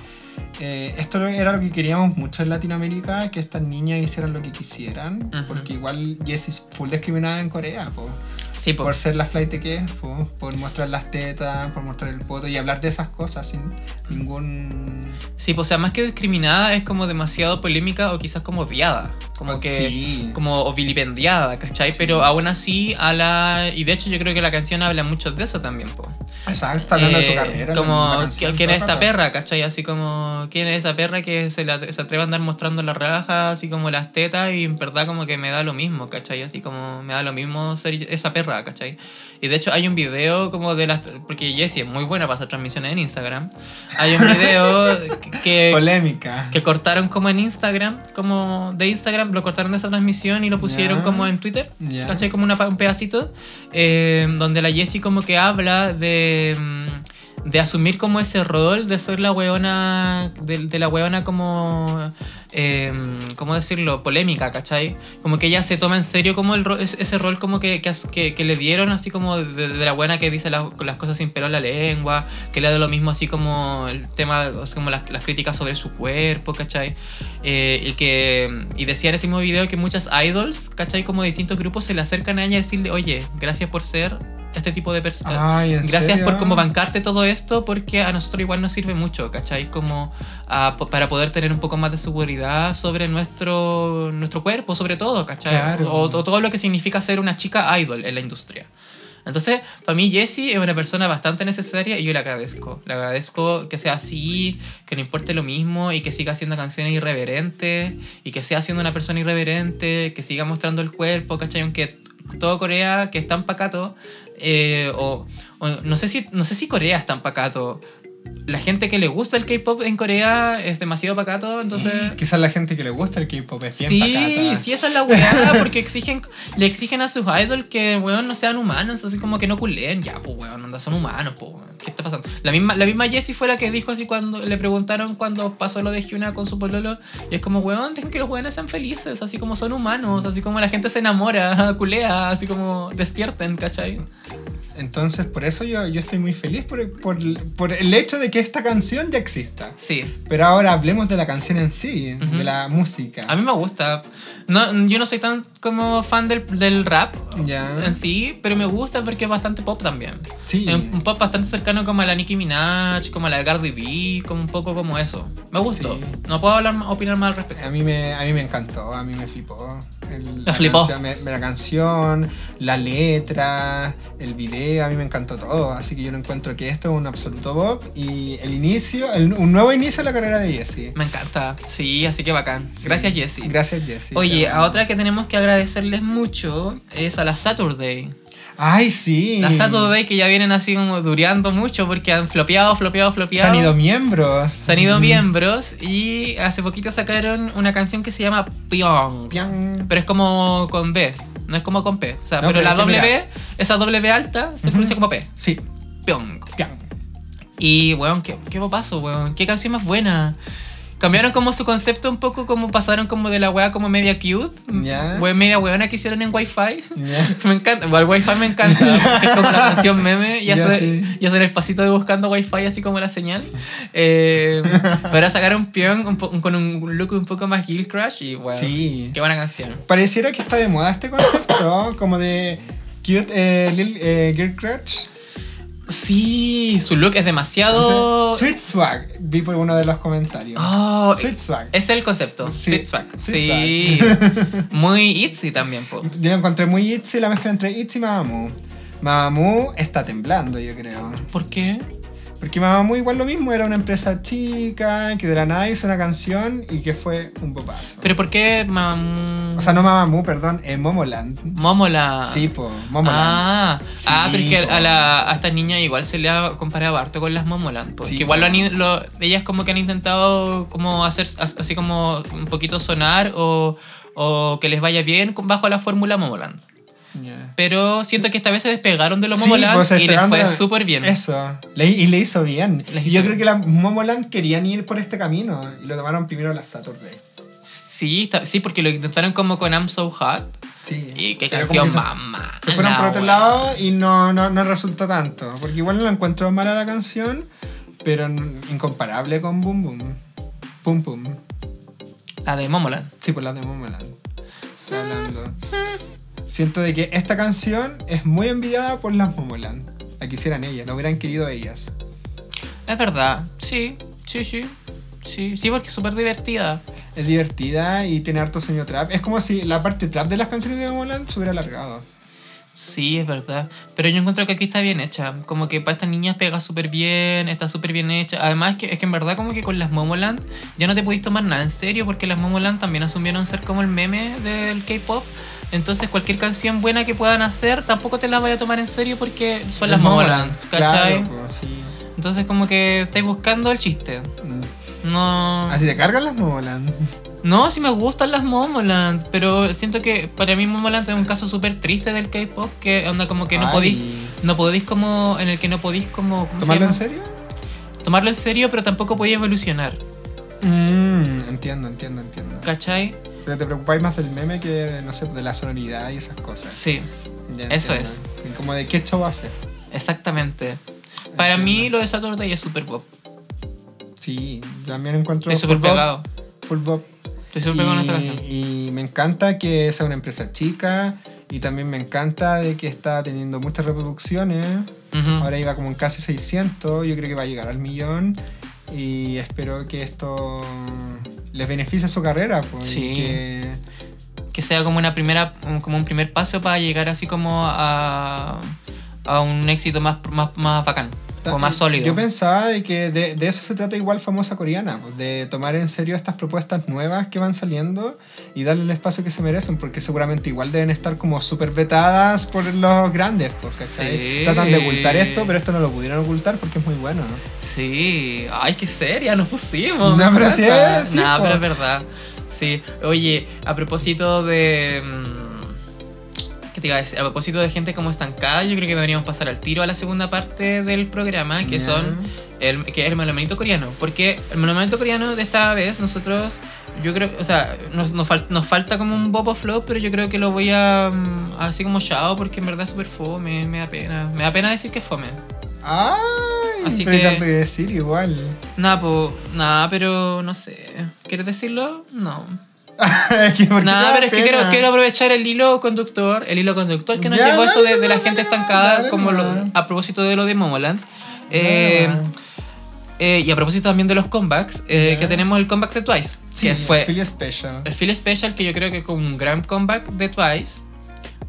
C: eh, esto era lo que queríamos mucho en Latinoamérica, que estas niñas hicieran lo que quisieran,
B: Ujú.
C: porque igual Jessie es full discriminada en Corea, po.
B: Sí, po.
C: por ser la flight que es, po, por mostrar las tetas, por mostrar el poto y hablar de esas cosas sin ningún...
B: sí, po, o sea, más que discriminada es como demasiado polémica o quizás como odiada. Como que...
C: Sí.
B: como o vilipendiada, ¿cachai? Pero aún así, a la. Y de hecho, yo creo que la canción habla mucho de eso también, po.
C: Exacto, está hablando de su
B: Eh,
C: carrera.
B: Como,
C: la canción,
B: ¿quién es
C: todo el
B: esta
C: rato.
B: perra, cachai? Así como, ¿quién es esa perra que se, la- se atreve a andar mostrando las rajas, así como las tetas, y en verdad, como que me da lo mismo, cachai? Así como, me da lo mismo ser esa perra, cachai? Y de hecho, hay un video como de las. Porque Jessie es muy buena para hacer transmisiones en Instagram. Hay un video que- que
C: Polémica.
B: eh, que cortaron como en Instagram, como de Instagram, lo cortaron de esa transmisión y lo pusieron
C: Ya.
B: como en Twitter,
C: Ya.
B: ¿cachai? Como una pa- un pedacito, eh, donde la Jessie como que habla de, mm, de asumir como ese rol de ser la weona, de, de la weona como eh, ¿cómo decirlo?, polémica, ¿cachai? Como que ella se toma en serio como el ro- es- ese rol como que, que, as- que- que le dieron, así como de, de la buena que dice las, las cosas sin pelo en la lengua, que le da lo mismo así como el tema, o sea, como las, las críticas sobre su cuerpo, ¿cachai? Eh, y que y decía en ese mismo video que muchas idols, ¿cachai? Como distintos grupos se le acercan a ella y decirle, oye, gracias por ser este tipo de persona.
C: Ay, ¿en
B: Gracias
C: serio?
B: por como bancarte todo esto porque a nosotros igual nos sirve mucho, ¿cachai? Como ah, po- para poder tener un poco más de seguridad sobre nuestro, nuestro cuerpo, sobre todo, ¿cachai?
C: Claro.
B: O, o todo lo que significa ser una chica idol en la industria. Entonces, para mí Jessie es una persona bastante necesaria y yo le agradezco. Le agradezco que sea así, que no importe lo mismo y que siga haciendo canciones irreverentes y que sea siendo una persona irreverente, que siga mostrando el cuerpo, ¿cachai? Aunque todo Corea, que es tan pacato, eh, o, o no, sé si, no sé si Corea es tan pacato. La gente que le gusta el K-pop en Corea es demasiado pacato, entonces...
C: Quizás la gente que le gusta el K-pop es bien
B: Sí,
C: pacata.
B: sí, esa es la weá, porque exigen, le exigen a sus idols que, weón, no sean humanos, así como que no culeen, ya, pues, weón, onda, son humanos, pues, weón, ¿qué está pasando? La misma, la misma Jessie fue la que dijo así cuando le preguntaron cuando pasó lo de Hyuna con su pololo, y es como, weón, dejen que los weones sean felices, así como son humanos, así como la gente se enamora, culea, así como despierten, ¿cachai?
C: Entonces, por eso yo, yo estoy muy feliz por, por- por el hecho de que esta canción ya exista.
B: Sí,
C: Pero ahora hablemos de la canción en sí,
B: Ujú.
C: de la música.
B: a mí me gusta. No, yo no soy tan como fan del, del rap
C: Ya.
B: en sí, pero me gusta porque es bastante pop también.
C: Sí.
B: Es un un pop bastante cercano como a la Nicki Minaj, como a la Cardi B, como un poco como eso. Me gustó.
C: Sí.
B: No puedo hablar, opinar más al respecto.
C: A mí, me, a mí me encantó, a mí me flipó. El-
B: La flipó.
C: canción- me- me- la canción, la letra, el video, a mí me encantó todo. Así que yo no encuentro que esto es un absoluto pop y el inicio, el- un nuevo inicio a la carrera de Jessie.
B: Me encanta. Sí, así que bacán.
C: Sí.
B: Gracias, Jessie.
C: Gracias, Jessie.
B: Oye,
C: Te
B: a
C: amo.
B: otra que tenemos que agradecerles mucho es a la Saturday.
C: Ay, sí.
B: La Saturday que ya vienen así como dureando mucho porque han flopeado, flopeado,
C: Se
B: flopeado.
C: han ido miembros.
B: Se han ido
C: Mm.
B: miembros y hace poquito sacaron una canción que se llama Pyong.
C: Pian.
B: Pero es como con B, no es como con P. O sea,
C: No,
B: pero,
C: pero
B: la
C: es que
B: doble
C: mira.
B: B, esa doble B alta se
C: Ujú.
B: pronuncia como P.
C: Sí,
B: Pyong.
C: pian.
B: Y, weón, qué, qué paso, weón. Qué canción más buena. Cambiaron como su concepto un poco, como pasaron como de la wea como media cute. mm,
C: Ya.
B: we- media weona que hicieron en Wi-Fi.
C: Ya.
B: Me encanta, bueno, el Wi-Fi me encanta, porque es como la canción meme y
C: Ya,
B: hace,
C: sí.
B: y hace el espacito de buscando Wi-Fi así como la señal. Eh, para sacar un peón un po- un- con un look un poco más Guild Crush y, weón,
C: Sí.
B: qué buena canción.
C: Pareciera que está de moda este concepto, como de cute eh, lil, eh, girl crush.
B: Sí, su look es demasiado...
C: Entonces, Sweet swag, vi por uno de los comentarios.
B: Oh,
C: Sweet swag.
B: Es el concepto,
C: Sí,
B: sweet swag.
C: sweet
B: Sí. Muy itzy también, po.
C: Yo lo encontré muy itzy, la mezcla entre itzy y Mamamoo. Mamamoo está temblando, yo creo.
B: ¿Por qué?
C: Porque Mamamoo igual lo mismo, era una empresa chica que de la nada hizo una canción y que fue un popazo.
B: ¿Pero por qué mam...
C: O sea, no Mamamoo, perdón, es Momoland.
B: Momola?
C: Sí, po, Momoland.
B: Ah,
C: Sí,
B: ah, pero es que
C: po.
B: a, la, a esta niña igual se le ha comparado harto con las Momoland. Porque
C: Sí,
B: igual lo han,
C: po.
B: in- lo- ellas como que han intentado como hacer as- así como un poquito sonar o, o que les vaya bien con- bajo la fórmula Momoland.
C: Yeah.
B: Pero siento que esta vez se despegaron de los
C: Sí,
B: Momoland
C: pues,
B: y les fue
C: esperando-
B: súper bien.
C: Eso. Le- y le hizo bien.
B: Les
C: Y
B: hizo
C: yo
B: bien.
C: creo que las Momoland querían ir por este camino y lo tomaron primero las Saturday.
B: Sí, está- sí, porque lo intentaron como con I'm So Hot.
C: Sí.
B: Y qué
C: Pero como
B: canción Ah,
C: que se-
B: mamá.
C: Se fueron
B: la
C: por otro
B: wea.
C: lado y no, no, no resultó tanto. Porque igual no la encuentro mala la canción, pero n- incomparable con Boom Boom. Pum Pum.
B: La de Momoland.
C: Sí, por la de Momoland. Estoy hablando. Siento de que esta canción es muy envidiada por las Momoland. La quisieran ellas, la hubieran querido ellas.
B: Es verdad. Sí, sí, sí. Sí, sí, porque es súper divertida.
C: Es divertida y tiene harto sueño trap. Es como si la parte trap de las canciones de Momoland se hubiera alargado.
B: Sí, es verdad. Pero yo encuentro que aquí está bien hecha. Como que para estas niñas pega súper bien, está súper bien hecha. Además, que, es que en verdad, como que con las Momoland ya no te podéis tomar nada en serio, porque las Momoland también asumieron ser como el meme del K-pop. Entonces, cualquier canción buena que puedan hacer, tampoco te la vaya a tomar en serio porque son las Momoland, ¿cachai?
C: Claro, pues, sí.
B: Entonces, como que estáis buscando el chiste.
C: Mm.
B: Ah. No.
C: Así te cargan las Momoland.
B: No, sí me gustan las Momoland, pero siento que para mí Momoland es un caso súper triste del K-pop, que onda como que no
C: Ay.
B: podís, no podís como, en el que no podís como, ¿cómo se
C: ¿Tomarlo
B: llama?
C: en serio?
B: Tomarlo en serio, pero tampoco podía evolucionar.
C: Mm, entiendo, entiendo, entiendo.
B: ¿Cachai?
C: Pero te preocupáis más del meme que, no sé, de la sonoridad y esas cosas.
B: Sí,
C: Ya
B: Eso
C: entiendo. Y Como de qué show va a ser.
B: exactamente. Para
C: Entiendo.
B: mí lo de Saturday es super pop.
C: Sí, también encuentro.
B: Estoy súper
C: full bop,
B: pegado.
C: Full bop.
B: Estoy súper pegado en esta
C: Y-
B: canción.
C: Y me encanta que sea una empresa chica. Y también me encanta de que está teniendo muchas reproducciones.
B: Ujú.
C: Ahora iba como en casi 600, yo creo que va a llegar al millón y espero que esto les beneficie a su carrera. Pues, y
B: Sí.
C: que-
B: que sea como una primera como un primer paso para llegar así como a, a un éxito más, más, más bacán o más sólido
C: eh, Yo pensaba de que de, de eso se trata igual famosa coreana, pues, de tomar en serio estas propuestas nuevas que van saliendo y darle el espacio que se merecen, porque seguramente igual deben estar como súper vetadas por los grandes, porque
B: Sí.
C: tratan de ocultar esto, pero esto no lo pudieron ocultar porque es muy bueno. ¿no?
B: sí ay qué seria nos pusimos
C: No,
B: me
C: pero sí
B: encanta.
C: es, sí,
B: no
C: po.
B: pero es verdad sí oye a propósito de mm, qué te iba a decir a propósito de gente como estancada yo creo que deberíamos pasar al tiro a la segunda parte del programa que
C: Ya.
B: son el, que es el melomanito coreano. Porque el melomanito coreano de esta vez, nosotros, yo creo, o sea, nos, nos, fal- nos falta como un bobo flow, pero yo creo que lo voy a. mm, así como chao, porque en verdad es súper fome, me da pena. Me da pena decir que es fome.
C: Ay,
B: Así
C: pero hay
B: que-
C: tanto que decir igual.
B: Nada, po, nada, pero no sé. ¿Quieres decirlo? No.
C: Es que, ¿por qué te
B: Nada,
C: da
B: pero es que
C: pena?
B: quiero, quiero aprovechar el hilo conductor, el hilo conductor que nos
C: Ya,
B: llegó esto
C: dale,
B: de, de la
C: dale,
B: gente
C: dale,
B: estancada,
C: dale,
B: como lo-
C: dale.
B: a propósito de lo de Momoland. Eh,
C: Ya, nomás.
B: Eh, y a propósito también de los comebacks, eh,
C: Ya.
B: que tenemos el comeback de Twice,
C: Sí,
B: que fue
C: Philly Special.
B: el Feel Special, que yo creo que con un gran comeback de Twice,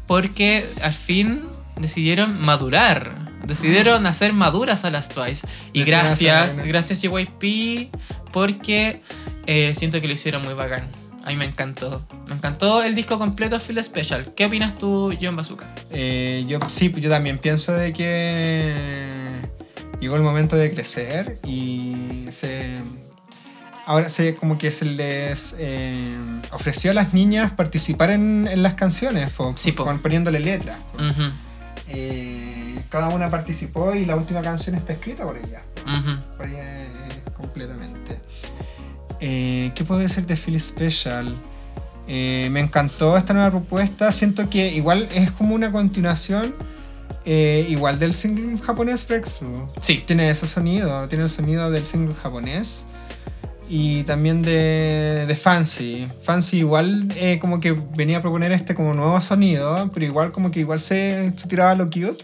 B: porque al fin decidieron madurar, decidieron hacer maduras a las Twice. Y
C: Ah. Decidieron hacer
B: gracias,
C: vaina.
B: gracias JYP, porque eh, siento que lo hicieron muy bacán. A mí me encantó. Me encantó el disco completo Feel Special. ¿Qué opinas tú, John Bazooka?
C: Eh, yo sí, yo también pienso de que llegó el momento de crecer y se ahora se como que se les eh, ofreció a las niñas participar en, en las canciones, po,
B: Sí, po. Mm.
C: con- poniéndole letras. po.
B: Ujú,
C: Eh, cada una participó y la última canción está escrita por ellas.
B: ujú.
C: Por ella, eh, completamente. Eh, ¿Qué puedo decir de Philly Special? Eh, me encantó esta nueva propuesta. Siento que igual es como una continuación, eh, igual del single japonés Breakthrough.
B: Sí,
C: Tiene ese sonido, tiene el sonido del single japonés y también de, de Fancy. Fancy igual eh, como que venía a proponer este como nuevo sonido, pero igual como que igual se, se tiraba lo cute.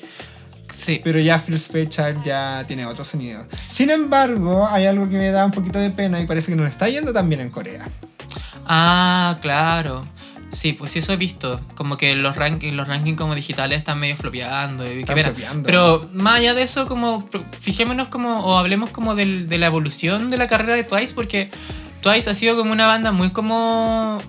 B: sí.
C: Pero ya Phil Spector ya tiene otro sonido. Sin embargo, hay algo que me da un poquito de pena y parece que nos está yendo también en Corea.
B: Ah, claro. Sí, pues sí, eso he visto. Como que los rankings los ranking como digitales están medio flopeando. y qué
C: Están
B: pena.
C: flopeando.
B: Pero más allá de eso, como pro- fijémonos como o hablemos como del- de la evolución de la carrera de Twice, porque Twice ha sido como una banda muy como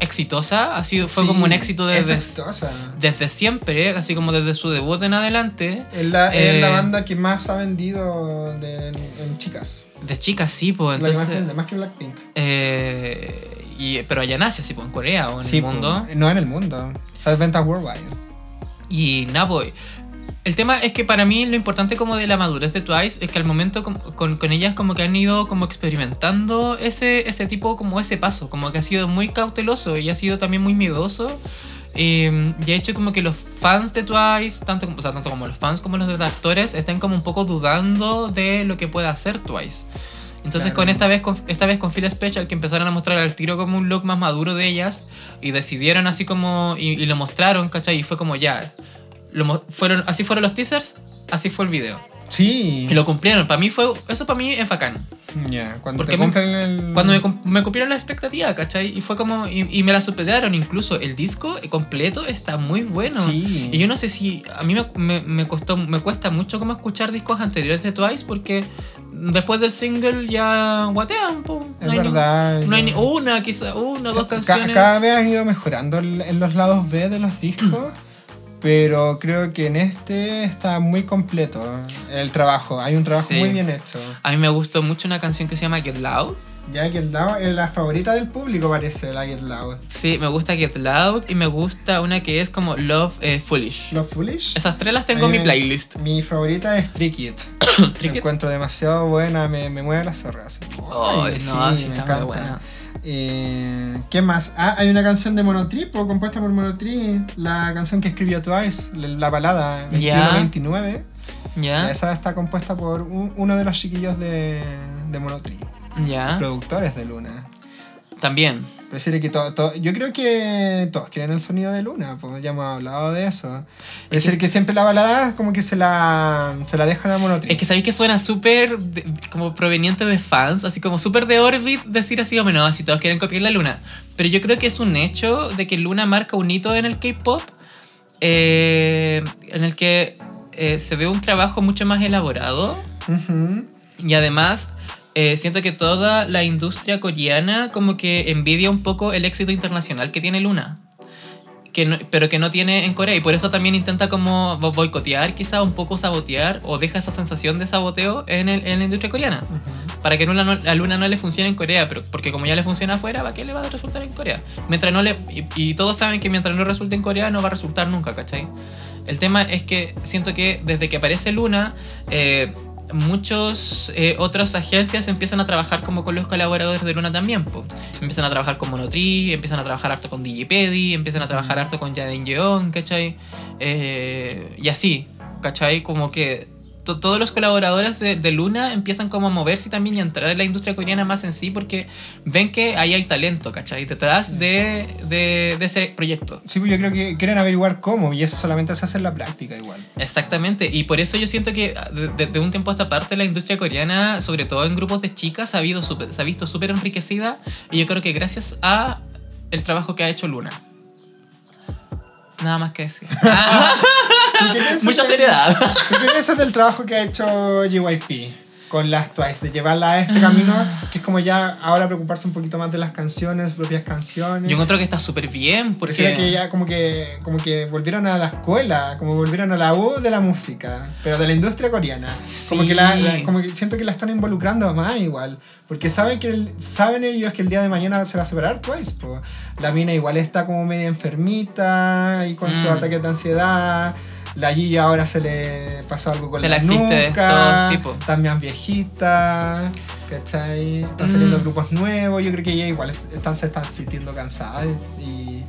B: exitosa. Ha sido, fue
C: Sí,
B: como un éxito
C: Es
B: desde,
C: exitosa.
B: desde siempre, ¿eh? así como desde su debut en adelante.
C: Es la, es
B: Eh,
C: la banda que más ha vendido de- en, en chicas.
B: De chicas, sí, pues
C: la que más
B: entonces.
C: vende, más que Blackpink.
B: eh, y, pero allá en Asia, sí, pues en Corea o en el mundo.
C: po. No en el mundo. Esas ventas worldwide.
B: Y nada, boy. El tema es que para mí lo importante como de la madurez de Twice es que al momento com- con, con ellas como que han ido como experimentando ese, ese tipo, como ese paso, como que ha sido muy cauteloso y ha sido también muy miedoso. Eh, y ha hecho como que los fans de Twice, tanto, como- o sea, tanto como los fans como los detractores, están como un poco dudando de lo que pueda hacer Twice. Entonces
C: Claro.
B: con esta vez con esta vez con Phil Special que empezaron a mostrar al tiro como un look más maduro de ellas y decidieron así como y, y lo mostraron, ¿cachai? Y fue como ya. Lo mo- fueron, así fueron los teasers, así fue el video.
C: Sí.
B: Y lo cumplieron, para mí fue eso para mí es bacán.
C: Ya, Cuando
B: Porque
C: te
B: me-
C: compran el.
B: Cuando me, cum- me cumplieron la expectativa, ¿cachai? Y fue como y, y me la superaron incluso el disco completo está muy bueno.
C: Sí.
B: Y yo no sé si. A mí me, me- me costó, me cuesta mucho como escuchar discos anteriores de Twice porque después del single ya guatean. po.
C: Es
B: hay ni-
C: verdad.
B: no hay ni Oh,
C: yo-
B: una, quizá una o
C: O
B: dos
C: sea, ca-
B: canciones.
C: cada vez han ido mejorando el- en los lados B de los discos, pero creo que en este está muy completo el trabajo. Hay un trabajo
B: Sí.
C: muy bien hecho.
B: A mí me gustó mucho una canción que se llama Get Loud,
C: Ya Get Loud es la favorita del público, parece, la Get Loud.
B: Sí, me gusta Get Loud y me gusta una que es como Love eh, Foolish.
C: Love Foolish.
B: Esas tres las tengo
C: Ahí
B: en mi
C: me-
B: playlist.
C: Mi favorita es Trick It. La
B: Cricket.
C: encuentro demasiado buena, me, me mueve la zorra. así.
B: Ay,
C: Ay,
B: no,
C: sí,
B: sí,
C: me
B: está
C: encanta.
B: muy buena.
C: Eh, ¿Qué más? Ah, hay una canción de Monotrip, o compuesta por Monotrip, la canción que escribió Twice, la, la balada
B: Ya. ¿Ah?
C: 29
B: ¿Ya?
C: Esa está compuesta por un- uno de los chiquillos de, de Monotrip,
B: ¿Ya?
C: productores de Luna.
B: También.
C: Prefiere que todo, yo creo que todos quieren el sonido de Luna, pues ya hemos hablado de eso. Es decir, que siempre la balada como que se la, se la dejan a Monotrip.
B: Es que sabéis que suena súper de- como proveniente de fans, así como súper de Orbit decir así, o menos, si todos quieren copiar la luna. Pero yo creo que es un hecho de que Luna marca un hito en el K-pop, eh, en el que eh, se ve un trabajo mucho más elaborado.
C: Ujú.
B: Y además, eh, siento que toda la industria coreana como que envidia un poco el éxito internacional que tiene Luna. Que no- pero que no tiene en Corea y por eso también intenta como bo- boicotear quizá un poco sabotear o deja esa sensación de saboteo en, el- en la industria coreana para que Luna no, a Luna no le funcione en Corea pero porque como ya le funciona afuera ¿para qué le va a resultar en Corea? mientras no le y, y todos saben que mientras no resulte en Corea no va a resultar nunca ¿cachai? el tema es que siento que desde que aparece Luna eh, muchos eh, otras agencias empiezan a trabajar como con los colaboradores de Luna también. po. Empiezan a trabajar con Monotree, empiezan a trabajar harto con Digipedi, empiezan a trabajar harto con Jaden Yeon, ¿cachai? Eh, y así, ¿cachai? Como que to- todos los colaboradores de, de Luna empiezan como a moverse también y a entrar en la industria coreana más en sí porque ven que ahí hay talento, ¿cachai? Detrás de, de- de ese proyecto.
C: Sí, pues yo creo que quieren averiguar cómo y eso solamente se hace en la práctica igual.
B: Exactamente, y por eso yo siento que ah, de- de- de un tiempo a esta parte la industria coreana, sobre todo en grupos de chicas, ha, habido súper- se ha visto súper enriquecida y yo creo que gracias a el trabajo que ha hecho Luna. Nada más que decir. Ah,
C: ¿Tú qué piensas
B: mucha
C: de-
B: seriedad.
C: ¿Tú qué piensas del trabajo que ha hecho JYP con las Twice? De llevarla a este camino, que es como ya ahora preocuparse un poquito más de las canciones, sus propias canciones.
B: Yo encuentro que está súper bien
C: Pareciera que
B: porque...
C: ya como que, como que volvieron a la escuela, como volvieron a la U de la música, pero de la industria coreana. Como,
B: Sí.
C: que la, la- como que siento que la están involucrando más igual, porque saben, que el- saben ellos que el día de mañana se va a separar Twice. po. La mina igual está como media enfermita y con sus
B: Mm.
C: ataques de ansiedad. La Gigi ahora se le pasó algo con
B: Se
C: la
B: le existe
C: nuca,
B: esto, sí, po.
C: también viejita, ¿cachai? Están saliendo
B: Mm.
C: grupos nuevos, yo creo que ya igual es- están, se están sintiendo cansadas y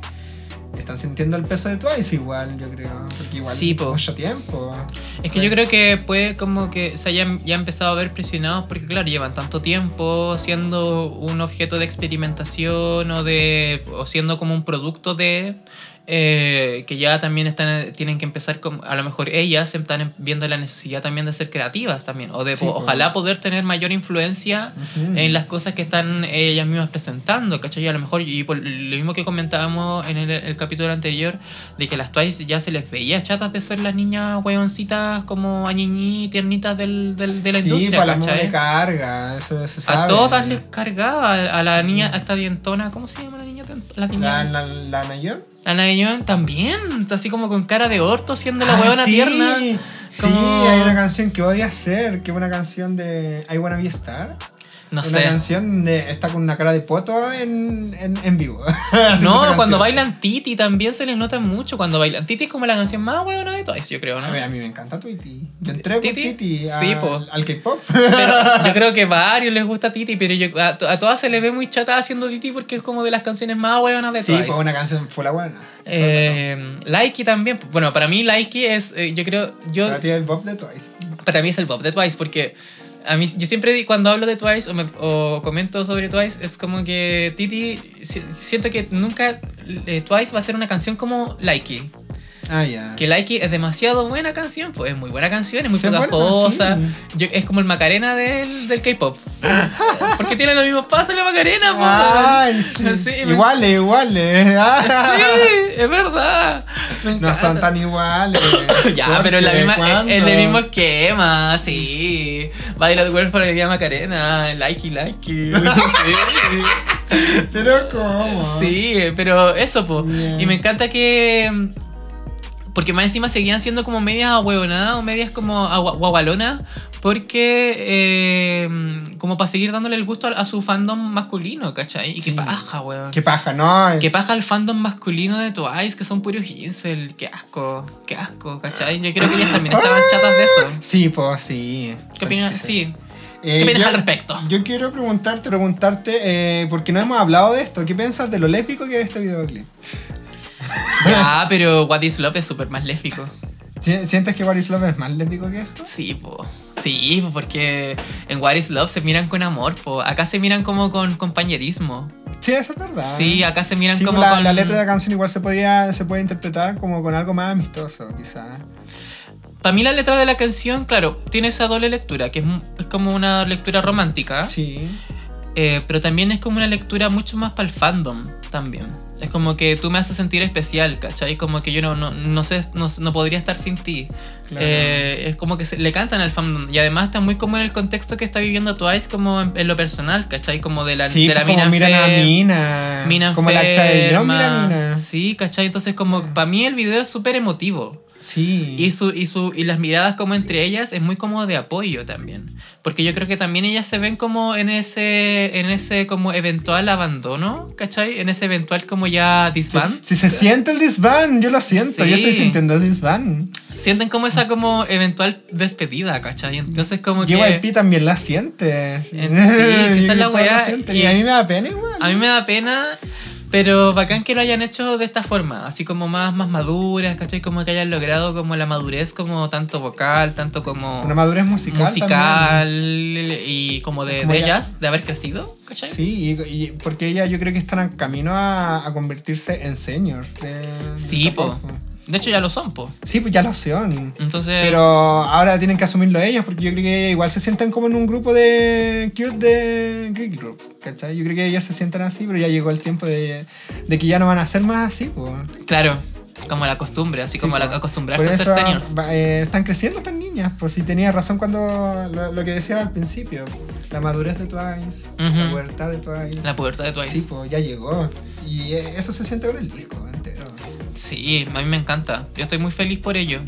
C: están sintiendo el peso de Twice igual, yo creo, porque igual
B: Sí, po.
C: mucho tiempo.
B: Es que yo creo que puede como que se hayan ya empezado a ver presionados porque claro, llevan tanto tiempo siendo un objeto de experimentación o de o siendo como un producto de eh, que ya también están tienen que empezar como a lo mejor ellas están em- viendo la necesidad también de ser creativas también o de
C: Sí,
B: po-
C: po.
B: ojalá poder tener mayor influencia
C: Ujú.
B: en las cosas que están ellas mismas presentando, ¿cachai? A lo mejor, y por lo mismo que comentábamos en el, el capítulo anterior, de que las Twice ya se les veía chatas de ser las niñas hueoncitas como añiñí, tiernitas del, del- de la
C: sí,
B: industria,
C: para la mujer
B: ¿cachai?
C: de carga, eso se sabe.
B: A todas les cargaba, a la niña, a esta dientona, ¿cómo se llama la niña? dientona? La
C: la,
B: niña.
C: la, la Nayeon.
B: La Nayeon también, así como con cara de orto siendo la
C: Ah,
B: hueona
C: sí.
B: tierna.
C: Sí,
B: como-
C: hay una canción que odia hacer, que es una canción de I Wanna Be a Star.
B: No
C: una
B: sé.
C: canción de está con una cara de poto en, en, en vivo. Haciendo
B: No,
C: esa
B: cuando
C: canción.
B: bailan Titi también se les nota mucho. Cuando bailan Titi es como la canción más huevona de todas, yo creo, ¿no?
C: A ver, a mí me encanta Tweety. Yo entré por
B: ¿Tweety?
C: Tweety
B: Sí,
C: al-
B: po.
C: al K-pop.
B: Pero yo creo que a varios les gusta Titi, pero yo- a, to- a todas se les ve muy chata haciendo Titi porque es como de las canciones más hueonas de
C: Sí,
B: Twice.
C: pues una canción fue la buena.
B: Eh, Laiki también. Bueno, para mí Laiki es, eh, yo creo, yo,
C: Para ti el Bob de Twice.
B: para mí es el pop de Twice porque a mí, yo siempre di- cuando hablo de Twice o, me- o comento sobre Twice es como que Titi, si- siento que nunca eh, Twice va a ser una canción como Laiki.
C: Ah, ya.
B: Que Laiki es demasiado buena canción, pues es muy buena canción, es muy
C: Sí, es buena
B: pegajosa.
C: canción.
B: Yo- es como el Macarena del, del K-pop. Porque tiene los mismos pasos la Macarena, po,
C: Ay,
B: weón.
C: sí.
B: Sí, me-
C: iguales, iguales. Ah.
B: Sí, es verdad. Me
C: No
B: encanta.
C: son tan iguales.
B: Ya, pero es la
C: Porque,
B: misma,
C: ¿cuándo?
B: es, es el mismo esquema, sí. Baila de cuerpo de día Macarena, likey, likey. Sí.
C: Pero cómo.
B: Sí, eh, pero eso, po.
C: Oh. Ya.
B: Y me encanta que. mm, Porque más encima seguían siendo como medias ahueonadas o medias como agua- guagualonas. porque eh, como para seguir dándole el gusto a, a su fandom masculino, ¿cachai? Y qué
C: Sí.
B: paja, weón.
C: Qué paja, ¿no?
B: Que paja el fandom masculino de Twice, que son puros incel. Qué asco, qué asco, ¿cachai? Yo creo que ellas también estaban chatas de eso.
C: Sí, pues sí.
B: ¿Qué opinas?
C: Sí.
B: Sí.
C: Eh,
B: ¿Qué opinas
C: yo-
B: al respecto?
C: Yo quiero preguntarte, preguntarte, eh, porque no hemos hablado de esto. ¿Qué piensas de lo lésbico que es este videoclip?
B: Ya, pero What is Love es súper más léfico.
C: ¿Sie- ¿Sientes que What is Love es más lésbico que esto?
B: Sí, po. Sí, po, porque en What is Love se miran con amor, po. Acá se miran como con compañerismo.
C: Sí, eso es verdad.
B: Sí, acá se miran
C: Sí, pues
B: como
C: la,
B: con.
C: la letra de la canción igual se podía se puede interpretar como con algo más amistoso, quizás.
B: Para mí la letra de la canción, claro, tiene esa doble lectura, que es, mu- es como una lectura romántica,
C: Sí.
B: eh, pero también es como una lectura mucho más para el fandom también. Es como que tú me haces sentir especial, ¿cachai? Como que yo no, no, no sé, no, no podría estar sin ti.
C: Claro.
B: Eh, es como que se- le cantan al fandom. Y además está muy como en el contexto que está viviendo Twice, como en, en lo personal, ¿cachai? Como de la,
C: sí,
B: de la
C: como
B: mina
C: miran a
B: enfer-
C: Mina.
B: Mina
C: como la Chae, no mira
B: enferma.
C: Mina. Ah.
B: Sí, ¿cachai? Entonces como para mí el video es súper emotivo.
C: Sí.
B: Y, su, y, su, y las miradas como entre ellas es muy como de apoyo también. Porque yo creo que también ellas se ven como en ese, en ese como eventual abandono, ¿cachai? En ese eventual como ya disband.
C: Si se siente el disband, yo lo siento, yo estoy
B: Sí.
C: sintiendo el disband.
B: Sienten como esa como eventual despedida, ¿cachai? Entonces como que...
C: JYP también la siente. Sí,
B: esa es la weá,
C: Y,
B: y-
C: a mí me da pena igual.
B: A mí me da pena, pero bacán que lo hayan hecho de esta forma. Así como más, más maduras, ¿cachai? Como que hayan logrado como la madurez como tanto vocal, tanto como...
C: Una madurez musical.
B: musical y como de,
C: Como
B: de
C: ya-
B: ellas, de haber crecido, ¿cachai?
C: también. Sí, y, y- porque ella yo creo que están en camino a, a convertirse en seniors. De,
B: Sí,
C: de
B: po.
C: K-pop.
B: De hecho ya lo son, po.
C: Sí, pues ya lo son.
B: Entonces,
C: Pero ahora tienen que asumirlo ellas, porque yo creo que igual se sienten como en un grupo de cute de Greek Group, ¿cachai? Yo creo que ellas se sientan así, pero ya llegó el tiempo de, de que ya no van a ser más así, pues.
B: claro, como la costumbre, así como la, acostumbrarse
C: Por
B: a ser
C: eso,
B: seniors.
C: va- eh, están creciendo estas niñas, pues si tenías razón cuando lo, lo que decía al principio, la madurez de Twice, la
B: Ujú.
C: pubertad de Twice.
B: La pubertad de Twice.
C: Sí,
B: Sí.
C: pues ya llegó. Y eh, eso se siente con el disco entero.
B: a mí me encanta. Yo estoy muy feliz por ello.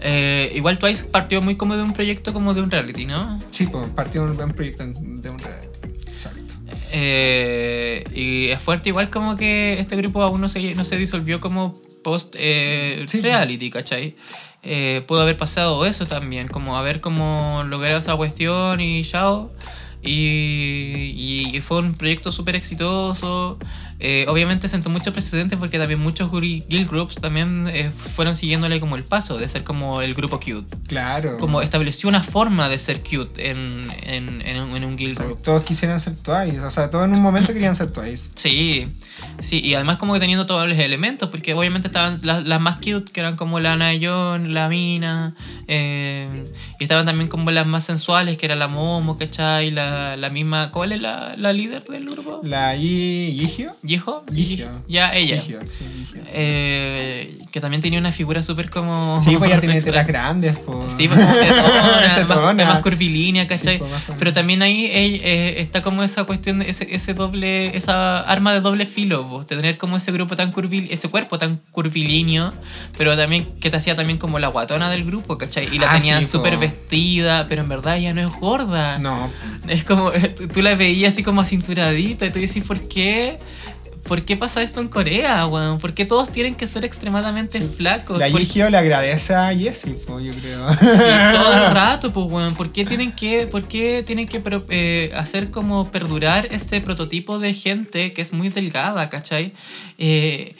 B: Eh, igual Twice partió muy como de un proyecto como de un reality, ¿no?
C: Sí, pues partió un buen proyecto en- de un reality. Exacto.
B: Eh, y es fuerte igual como que este grupo aún no se, no se disolvió como post eh,
C: Sí.
B: reality, ¿cachai? Eh, pudo haber pasado eso también, como haber como logrado esa cuestión y chao. Y, y- y fue un proyecto súper exitoso. Eh, obviamente sentó muchos precedentes porque también muchos guri- guild groups también eh, fueron siguiéndole como el paso de ser como el grupo cute.
C: Claro.
B: Como estableció una forma de ser cute en, en, en un- en un guild group.
C: Todos quisieran ser Twice, o sea, todos en un momento querían ser Twice.
B: Sí, sí, y además como que teniendo todos los elementos, porque obviamente estaban las, las más cute, que eran como la Nayon, la Mina, eh, y estaban también como las más sensuales, que era la Momo, ¿cachai? La, la misma, ¿cuál es la, la líder del grupo?
C: La I Yigio.
B: ¿Yijo?
C: Yigio.
B: Ya, ella.
C: Yigio, sí, Yigio.
B: Eh, que también tenía una figura súper como...
C: Sí, pues ya tiene
B: extra.
C: tetas grandes, pues.
B: Sí, pues como tetona,
C: Tetona.
B: Más, más curvilínea,
C: Sí,
B: ¿cachai?
C: pues, más curvilínea.
B: Pero también ahí eh, eh, está como esa cuestión, de ese, ese doble, esa arma de doble filo, pues, de tener como ese grupo tan curvil, ese cuerpo tan curvilíneo, pero también que te hacía también como la guatona del grupo, ¿cachai? Y la
C: Ah,
B: tenían
C: sí, po.
B: súper vestida, pero en verdad ella no es gorda.
C: No,
B: Es como, eh, tú, tú la veías así como acinturadita y tú dices, ¿por qué? ¿Por qué pasa esto en Corea, weón? ¿Por qué todos tienen que ser extremadamente flacos?
C: la
B: ¿Por
C: Yigio le agradece a Jessie, pues, yo creo.
B: Sí, todo el rato, pues, weón. ¿Por qué tienen que, por qué tienen que pro- eh, hacer como perdurar este prototipo de gente que es muy delgada, ¿cachai? Eh,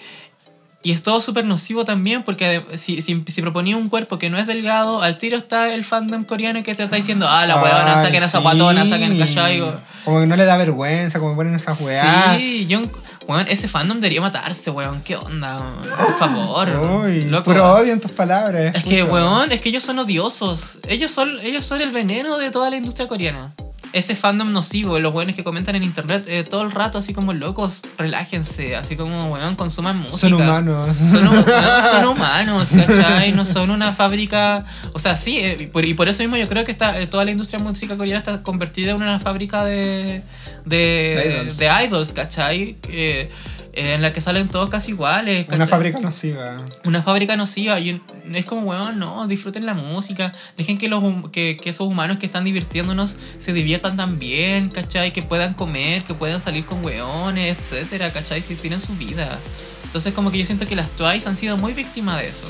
B: y es todo súper nocivo también, porque ade- si, si, si proponía un cuerpo que no es delgado, al tiro está el fandom coreano que te está diciendo, ah, la weona,
C: Ay,
B: saquen a esa
C: sí.
B: guatona, saquen, ¿cachai?
C: Como que no le da vergüenza, como que ponen esas weas.
B: Sí, yo, weón, ese fandom debería matarse, weón. ¿Qué onda? weón? Por favor.
C: Uy,
B: loco.
C: puro odio en tus palabras.
B: Es que,
C: pucha.
B: weón, es que ellos son odiosos. Ellos son, ellos son el veneno de toda la industria coreana. Ese fandom nocivo, los weones que comentan en internet eh, todo el rato, así como locos, relájense, así como, weón, consuman música.
C: Son humanos.
B: Son, hu- weón, son humanos, ¿cachai? No son una fábrica. O sea, sí, eh, y por- y por eso mismo yo creo que está, eh, toda la industria música coreana está convertida en una fábrica de. de,
C: De idols.
B: de idols, ¿cachai? Que, eh, en la que salen todos casi iguales.
C: Una
B: ¿cachai?
C: fábrica nociva.
B: una fábrica nociva. Y un- es como, weón, no, disfruten la música. Dejen que, los, hum- que, que esos humanos que están divirtiéndonos se diviertan también, ¿cachai? Que puedan comer, que puedan salir con weones, etcétera, ¿cachai? Si tienen su vida. Entonces, como que yo siento que las Twice han sido muy víctimas de eso.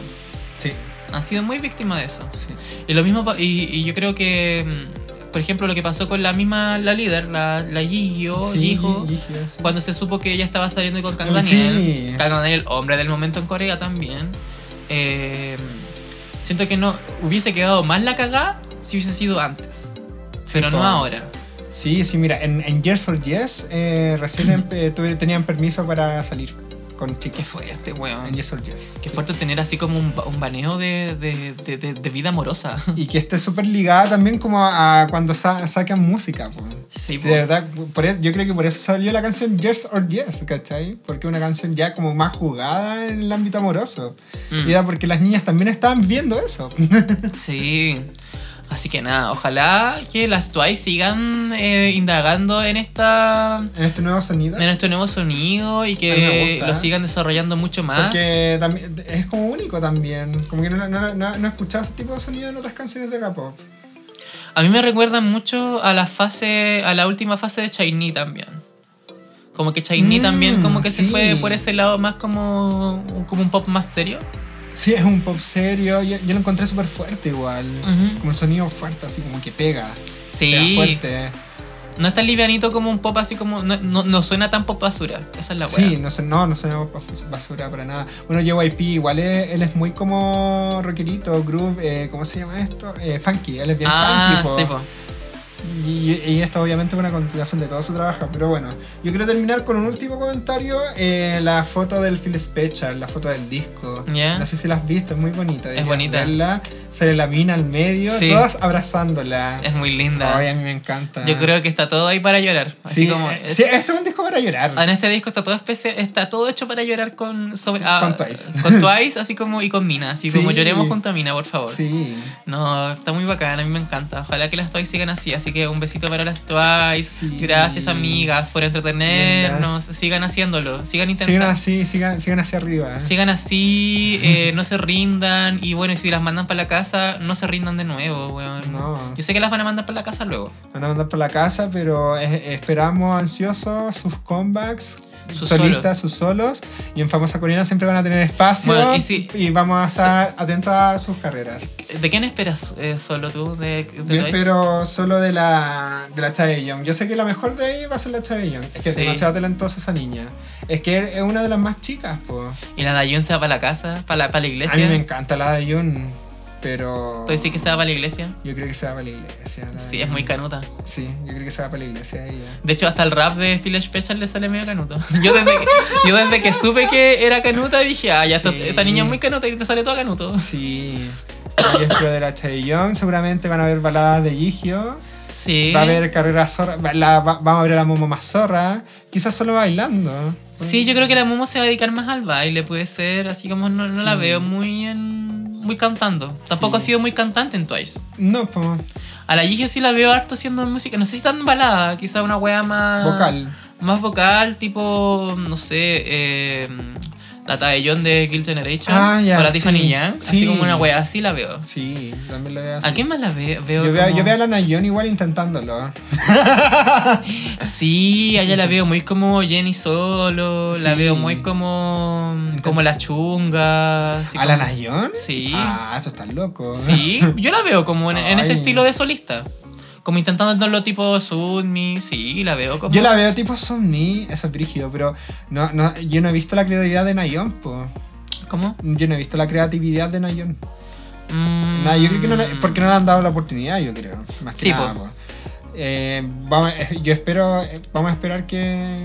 C: Sí,
B: Han sido muy víctimas de eso.
C: sí.
B: Y lo mismo, pa- y, y yo creo que, mm, por ejemplo, lo que pasó con la misma, la líder, la, la Gigio,
C: Sí,
B: Gigio,
C: brígido, sí.
B: Oh, cuando se supo que ella estaba saliendo con Kang
C: Sí.
B: Daniel. Kang Daniel, hombre del momento en Corea también. Eh, siento que no hubiese quedado más la cagada si hubiese sido antes. pero
C: po.
B: no ahora.
C: Sí, sí, mira, en, en Years for Yes eh, recién em- eh, tuve- tenían permiso para salir con
B: Qué
C: chicas.
B: fuerte,
C: En
B: weón.
C: Yes for Yes.
B: Qué fuerte tener así como un, ba- un baneo de, de- de- de- de vida amorosa.
C: Y que esté súper ligada también como a, a cuando sa- sacan música. po. Sí,
B: Sí, po.
C: de verdad, por eso- yo creo que por eso salió la canción Years or Yes, ¿cachai? Porque una canción ya como más jugada en el ámbito amoroso.
B: Mm.
C: Y era porque las niñas también estaban viendo eso.
B: Sí. Así que nada, ojalá que las Twice sigan eh, indagando en esta
C: en este nuevo sonido.
B: en este nuevo sonido y
C: A mí me
B: que
C: gusta,
B: lo
C: ¿eh?
B: sigan desarrollando mucho más.
C: Porque también, es como único también. Como que no, no, no, no he escuchado ese tipo de sonido en otras canciones de K-pop.
B: A mí me recuerdan mucho a la fase a la última fase de Chainy también. Como que Chainy
C: Mm,
B: también como que se
C: sí.
B: fue por ese lado más como como un pop más serio.
C: Sí, es un pop serio. Yo, yo lo encontré súper fuerte igual.
B: Ujú.
C: Como un sonido fuerte, así como que pega. Pega
B: Sí,
C: fuerte.
B: no es tan livianito como un pop así como no, no, no suena tan pop basura. Esa es la wea.
C: Sí, no, sé, no, no suena bas- basura para nada. Bueno, JYP, igual es- él es muy como rockerito, groove, eh, ¿cómo se llama esto? Eh, funky, él es bien
B: ah,
C: funky. po.
B: sí, po.
C: Y, y esto obviamente es una continuación de todo su trabajo, pero bueno, yo quiero terminar con un último comentario, eh, la foto del Phil Special, la foto del disco.
B: Ya.
C: No sé si la has visto, es muy bonita. deberías
B: bonita.
C: verla. Sale la mina al medio,
B: Sí.
C: todas abrazándola.
B: Es muy linda.
C: Ay, a mí me encanta.
B: Yo creo que está todo ahí para llorar. Así
C: ah. sí,
B: como.
C: eh, sí, este es un disco para llorar.
B: En este disco está todo especial, está todo hecho para llorar con sobre ah,
C: Con Twice.
B: con Twice, así como y con Mina, así
C: Sí.
B: como lloremos junto a Mina, por favor.
C: Sí.
B: No, está muy bacana, a mí me encanta. Ojalá que las Twice sigan así, así que un besito para las Twice.
C: Sí.
B: Gracias amigas por entretenernos. Sigan haciéndolo, sigan
C: Sigan
B: intentando.
C: así, ¿eh? sigan, sigan hacia arriba.
B: Sigan así, eh, no se rindan y bueno, y si las mandan para la casa, no se rindan de nuevo, weón.
C: No.
B: Yo sé que las van a mandar para la casa luego.
C: Van a mandar por la casa, pero eh, esperamos ansiosos sus comebacks.
B: Sus
C: solistas, sus solos y en Famosa Coreana siempre van a tener espacio
B: Bueno, y
C: y,
B: si-
C: vamos a estar atentos a sus carreras.
B: ¿De quién esperas eh, solo tú? ¿De, de
C: Yo
B: Twice?
C: espero solo de la, de la Chaeyoung. Yo sé que la mejor de ella va a ser la Chaeyoung. Es que es
B: Sí.
C: demasiado talentosa esa niña. Es que es una de las más chicas, po.
B: Y la Dayun se va para la casa, para la, pa'
C: A
B: la
C: mí me
B: iglesia.
C: encanta la Dayun, pero...
B: Tú decís que se va para la iglesia.
C: Yo creo que se va para la iglesia. la
B: Sí,
C: Dayun.
B: es muy canuta.
C: Sí, yo creo que se va para la iglesia ella.
B: De hecho, hasta el rap de Phil Special le sale medio canuto. Yo desde que, yo desde que supe que era canuta dije, ah, ya, esta-
C: Sí.
B: esta niña es muy canuta y le sale todo canuto.
C: Sí. Yo espero de la Chaeyoung. Seguramente van a haber baladas de Gigio.
B: Sí.
C: Va a haber carreras zorra. va- la- va- vamos a ver a la Momo más zorra. Quizás solo bailando.
B: Sí, yo creo que la Momo se va a dedicar más al baile, puede ser. Así como no, no la
C: Sí.
B: veo muy en- muy cantando. Tampoco
C: Sí.
B: ha sido muy cantante en Twice.
C: No, po,
B: A la Gigi sí la veo harto haciendo música. No sé si tan balada, quizá una wea más.
C: vocal.
B: más vocal, tipo, no sé, eh, la Taeyong de Kill Generation
C: Ah, ya,
B: o la
C: sí,
B: Tiffany Yang, así
C: sí.
B: como una wea, así la veo.
C: ¿Ah, Sí, también lo veo así.
B: ¿A quién más la ve- veo?
C: Yo veo,
B: como-
C: yo veo a la Nayon igual intentándolo.
B: Sí, a ella la veo muy como Jenny Solo, la
C: Sí.
B: veo muy como mm, como la chunga. así
C: ¿A la
B: como-
C: Nayon?
B: Sí.
C: Ah, esto está loco.
B: Sí, yo la veo como en, en ese
C: Ay.
B: estilo de solista. Como intentándolo tipo Sunmi, sí, la veo como...
C: Yo la veo tipo Somni, eso es brígido, pero no, no, yo no he visto la creatividad de Nayon, po.
B: ¿Cómo?
C: Yo no he visto la creatividad de Nayon.
B: Mm.
C: Nah, yo creo que no le- porque no le han dado la oportunidad, yo creo. Más que
B: Sí,
C: nada,
B: po.
C: po. Eh, vamos, eh, yo espero, eh, vamos a esperar que...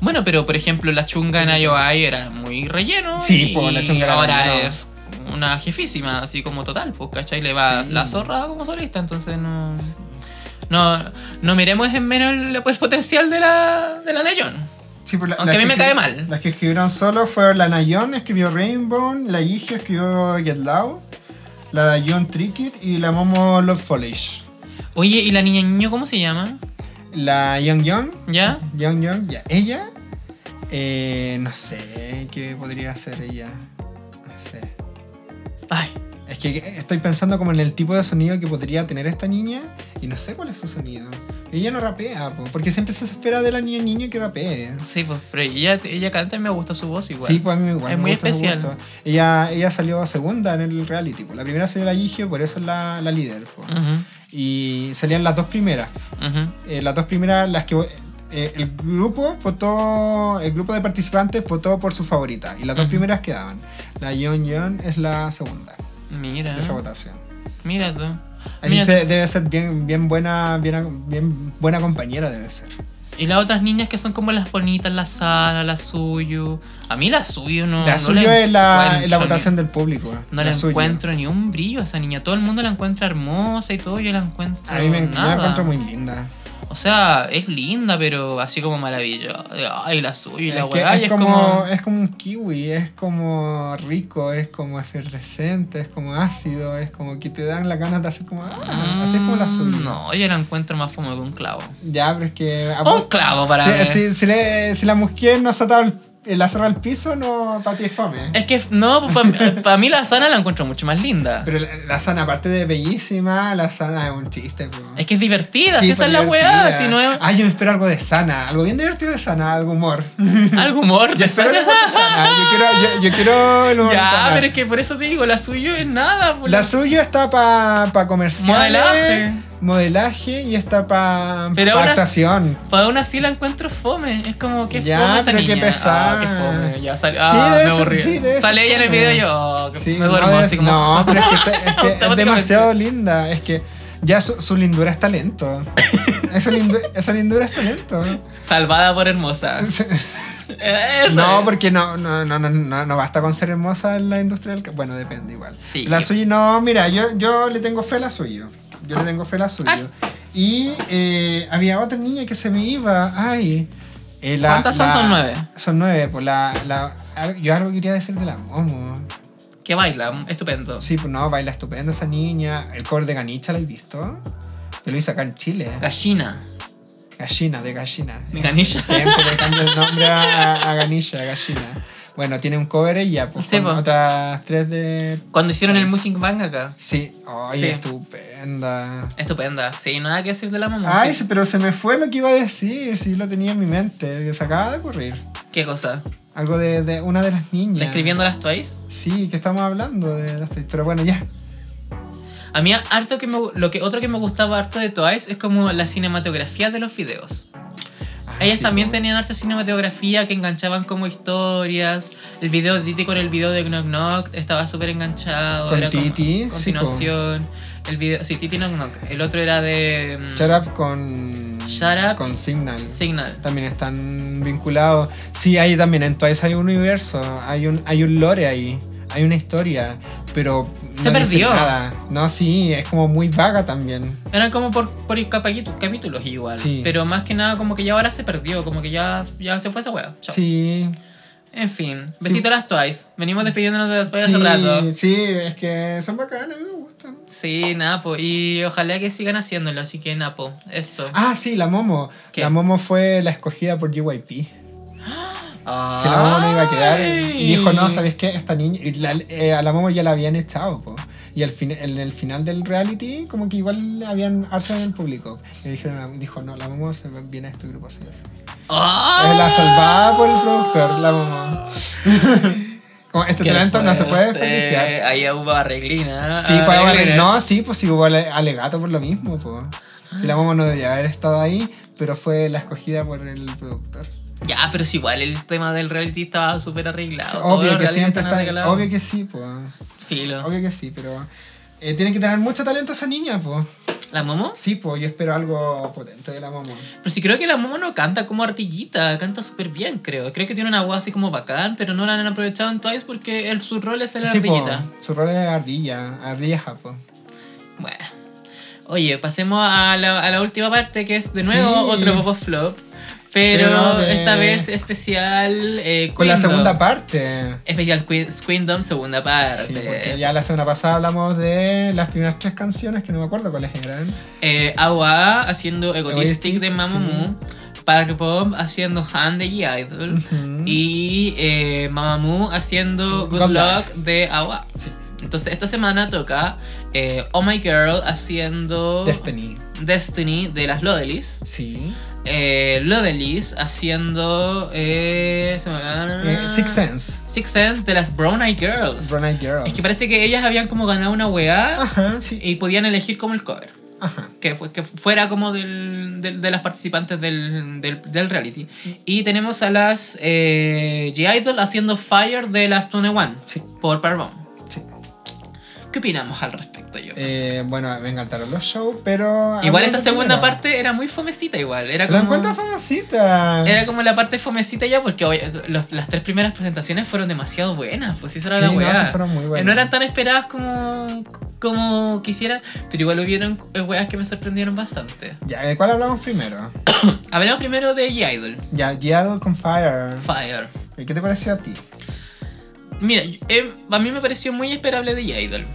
B: Bueno, pero por ejemplo, la chunga en IOI era muy relleno.
C: Sí,
B: y
C: po, la chunga era
B: ahora
C: relleno.
B: es una jefísima, así como total, pues, ¿cachai? Le va
C: Sí.
B: la zorra como solista, entonces no. No, no miremos en menos el, el potencial de la, de la Legion.
C: Sí, pues la-
B: Aunque a
C: las
B: mí
C: que
B: me cae
C: escri-
B: mal.
C: Las que escribieron solo fueron la Nayon, escribió Rainbow, la Yigio escribió Get Loud, la Dayon Trickit y la Momo Love Foliage.
B: Oye, ¿y la niña niño cómo se llama?
C: La Young Young,
B: ¿Ya?
C: Young Young, ya, ella Eh, no sé, ¿qué podría hacer ella? No sé.
B: Ay,
C: Es que estoy pensando como en el tipo de sonido que podría tener esta niña y no sé cuál es su sonido. Ella no rapea, po, porque siempre se espera de la niña niño que rapee.
B: sí, pues, pero ella, ella canta y me gusta su voz igual.
C: Sí, pues a mí igual.
B: Es
C: me
B: muy
C: gusta, me
B: especial.
C: gusta. Ella, ella salió segunda en el reality. po. La primera salió la Gigio, por eso es la, la líder. po.
B: Ujú,
C: Y salían las dos primeras.
B: ujú.
C: Eh, las dos primeras, las que vo- eh, el grupo votó, el grupo de participantes votó por su favorita. Y las dos
B: Ujú.
C: primeras quedaban. La Yeon Yeon es la segunda
B: Mira,
C: de esa votación.
B: mira tú.
C: Ahí
B: Mira
C: se- debe ser bien, bien buena, bien, bien buena compañera debe ser.
B: Y las otras niñas que son como las bonitas, la Sara, la Suyu. A mí la Suyu no.
C: la
B: no
C: suyo es la, es la
B: encuentro ni-
C: votación del público.
B: No le
C: Suyo.
B: encuentro ni un brillo a esa niña. Todo el mundo la encuentra hermosa y todo. Yo la encuentro.
C: A mí me yo
B: nada.
C: la encuentro muy linda.
B: O sea, es linda, pero así como maravillosa. Ay, la Suyu y la
C: es, que
B: weá. y
C: es, como, es como un kiwi, es como rico, es como efervescente, es como ácido, es como que te dan las ganas de hacer como. Ah, así es como la suyo.
B: Mm, No, yo la encuentro más fome que un clavo.
C: Ya, pero es que. a
B: Un eh.
C: po-
B: clavo para mí.
C: si, si- si le- si la mujer no ha atado el, el azar al piso, no, para ti es fome.
B: Es que no, para mí la Sana la encuentro mucho más linda.
C: Pero la, la sana, aparte de bellísima, la sana es un chiste. po.
B: es que es divertida,
C: Sí,
B: si esa
C: pues,
B: es la weá,
C: divertida.
B: si no es
C: Ah, yo me espero algo de sana, algo bien divertido de sana, algo humor.
B: algo humor.
C: Yo
B: de
C: espero el
B: Sana.
C: humor de sana, yo quiero, yo, yo quiero el humor de
B: Ya,
C: sana.
B: pero es que por eso te digo, la suya es nada. po,
C: La
B: la-
C: suya está para pa comerciales,
B: Modelaje.
C: modelaje y está para
B: Pero aún así-
C: actuación.
B: Pero aún así la encuentro fome. Es como que
C: Ya,
B: fome esta
C: pero qué
B: niña.
C: pesada.
B: Ah, qué fome. Ya salió. Ah,
C: debe
B: me
C: ser-
B: aburrí.
C: sí, debe ser
B: Sale ella en el
C: fome.
B: video y yo oh, que
C: Sí,
B: me duermo
C: no,
B: así
C: es-
B: como.
C: no, pero es que, se- es, que es
B: Automáticamente.
C: demasiado linda. Es que ya su, su lindura es talento. esa, lindu- esa lindura es talento.
B: Salvada por hermosa. Eh, Eso.
C: No, porque no, no, no, no, no, no basta con ser hermosa en la industria del... ca- Bueno, depende igual.
B: Sí.
C: La suya, no, mira, yo, yo le tengo fe a la suya. Yo le tengo fe a la suya.
B: Ah.
C: Y eh, había otra niña que se me iba. Ay. eh, la-
B: ¿Cuántas son?
C: la-
B: Son nueve.
C: Son nueve, pues la, la- al- Yo algo quería decir de la Momo.
B: Que baila, estupendo.
C: Sí, pues no, baila estupendo esa niña. El cover de Ganicha, ¿la has visto? Yo lo hice acá en Chile.
B: Gallina.
C: Gallina, de gallina.
B: De Ganilla.
C: Siempre le cambio el nombre a, a Ganilla, gallina. Bueno, tiene un cover ella, pues
B: Sí,
C: con
B: po.
C: otras tres de...
B: Cuando hicieron el Music Bank acá.
C: Sí, ay,
B: Sí.
C: estupenda.
B: Estupenda. Sí, nada que decir de la mamá.
C: Ay, se- pero se me fue lo que iba a decir, sí lo tenía en mi mente, que se acaba de ocurrir.
B: ¿Qué cosa?
C: Algo de, de una de las niñas.
B: ¿Describiendo las Twice?
C: Sí, que estamos hablando de las Pero bueno, ya.
B: A mí harto que me, lo que otro que me gustaba harto de Twice es como la cinematografía de los videos.
C: Ah,
B: Ellas
C: sí,
B: también
C: po.
B: tenían harta cinematografía que enganchaban como historias. El video de Titi con el video de Knock Knock estaba súper enganchado.
C: Con
B: era como
C: Titi, sí, po.
B: continuación. el video, sí, Titi Knock Knock. El otro era de mm,
C: Shut Up con...
B: Shut Up.
C: Con Signal.
B: Signal.
C: También están vinculados. Sí, ahí también en Twice hay un universo, hay un, hay un lore ahí, hay una historia, pero
B: Se
C: no dice
B: perdió.
C: nada. No, sí, es como muy vaga también.
B: Eran como por, por capacitu- capítulos igual.
C: Sí.
B: Pero más que nada como que ya ahora se perdió, como que ya, ya se fue esa wea. Chao.
C: Sí,
B: En fin, besito a las Twice. Venimos despidiéndonos de las Twice hace rato.
C: sí, sí, es que son bacanas, a mí me gustan.
B: Sí, Napo, y ojalá que sigan haciéndolo, así que Napo, esto.
C: Ah, sí, la Momo.
B: ¿Qué?
C: La Momo fue la escogida por GYP.
B: Ah.
C: Si la Momo no iba a quedar, dijo, no, ¿sabes qué? Esta niña, y la- eh, a la Momo ya la habían echado, po. Y al fin, en el final del reality, como que igual le habían harto en el público. Y dijeron, dijo, no, la Momo se viene a este grupo, así es.
B: Ah.
C: Es la salvada por el productor, la Momo. como este
B: Qué
C: talento no se puede
B: fuerte. Ah,
C: desperdiciar.
B: Ahí hubo arreglina.
C: Sí, pues, vale, no, sí, pues sí hubo ale- alegato por lo mismo, po. Si la Momo no debía haber estado ahí, pero fue la escogida por el productor.
B: Ya, pero es igual, el tema del reality estaba súper arreglado.
C: Sí,
B: Todos los
C: obvio que
B: realities
C: siempre
B: están
C: está,
B: arreglados.
C: obvio que sí, pues.
B: Filo.
C: Obvio que sí, pero eh, tiene que tener mucho talento esa niña, pues.
B: ¿La Momo?
C: Sí, pues yo espero algo potente de la mamá.
B: Pero sí creo que la Momo no canta como artillita, canta súper bien, creo. Creo que tiene una voz así como bacán, pero no la han aprovechado en Twice porque el, su rol es el
C: Sí, po,
B: artillita.
C: su rol es ardilla, ardilla japo.
B: Bueno. Oye, pasemos a la, a la última parte que es de nuevo
C: Sí.
B: otro Bobo Flop. Pero,
C: Pero de-
B: esta vez especial. Eh,
C: Con la
B: Queendom.
C: segunda parte.
B: Especial Queen- Queendom, segunda
C: Sí,
B: parte.
C: porque ya la semana pasada hablamos de las primeras tres canciones que no me acuerdo cuáles eran.
B: eh, AOA haciendo Egotistic
C: Egoistic,
B: de Mamamoo. Park Bomb haciendo Han de G Idol y eh, Mamamoo haciendo Good,
C: Good
B: Luck
C: Luck.
B: de Awa.
C: Sí.
B: Entonces esta semana toca eh, Oh My Girl haciendo
C: Destiny.
B: Destiny de las Lodelis.
C: Sí.
B: Eh, Lovelis haciendo. Eh, se me gana-
C: Eh, Six Sense.
B: Six Sense de las Brown Eyed Girls.
C: Brown Eyed Girls. Ah.
B: Es que parece que ellas habían como ganado una weá
C: Ajá, sí.
B: y podían elegir como el cover.
C: Ajá.
B: Que, fue, que fuera como del, del- de las participantes del, del, del reality. Y tenemos a las eh, G-Idol haciendo Fire de las Tune One
C: Sí.
B: por Parvon.
C: Sí.
B: ¿Qué opinamos al respecto, yo?
C: Eh, bueno, me encantaron los shows, pero.
B: igual
C: hablando
B: esta segunda
C: primero.
B: parte era muy fomecita, igual. Era
C: La
B: como...
C: encuentro famosita.
B: Era como la parte fomecita ya, porque oye, los- las tres primeras presentaciones fueron demasiado buenas, pues eso era
C: Sí,
B: la
C: no,
B: weá. Eh,
C: sí fueron muy buenas.
B: No eran tan esperadas como, como quisieran, pero igual hubieron eh, weas que me sorprendieron bastante.
C: Ya, ¿de cuál hablamos primero?
B: Hablemos primero de G-Idol,
C: Ya, Yellow con Fire.
B: Fire.
C: ¿Qué te pareció a ti?
B: Mira, yo- eh, a mí me pareció muy esperable de G-Idol.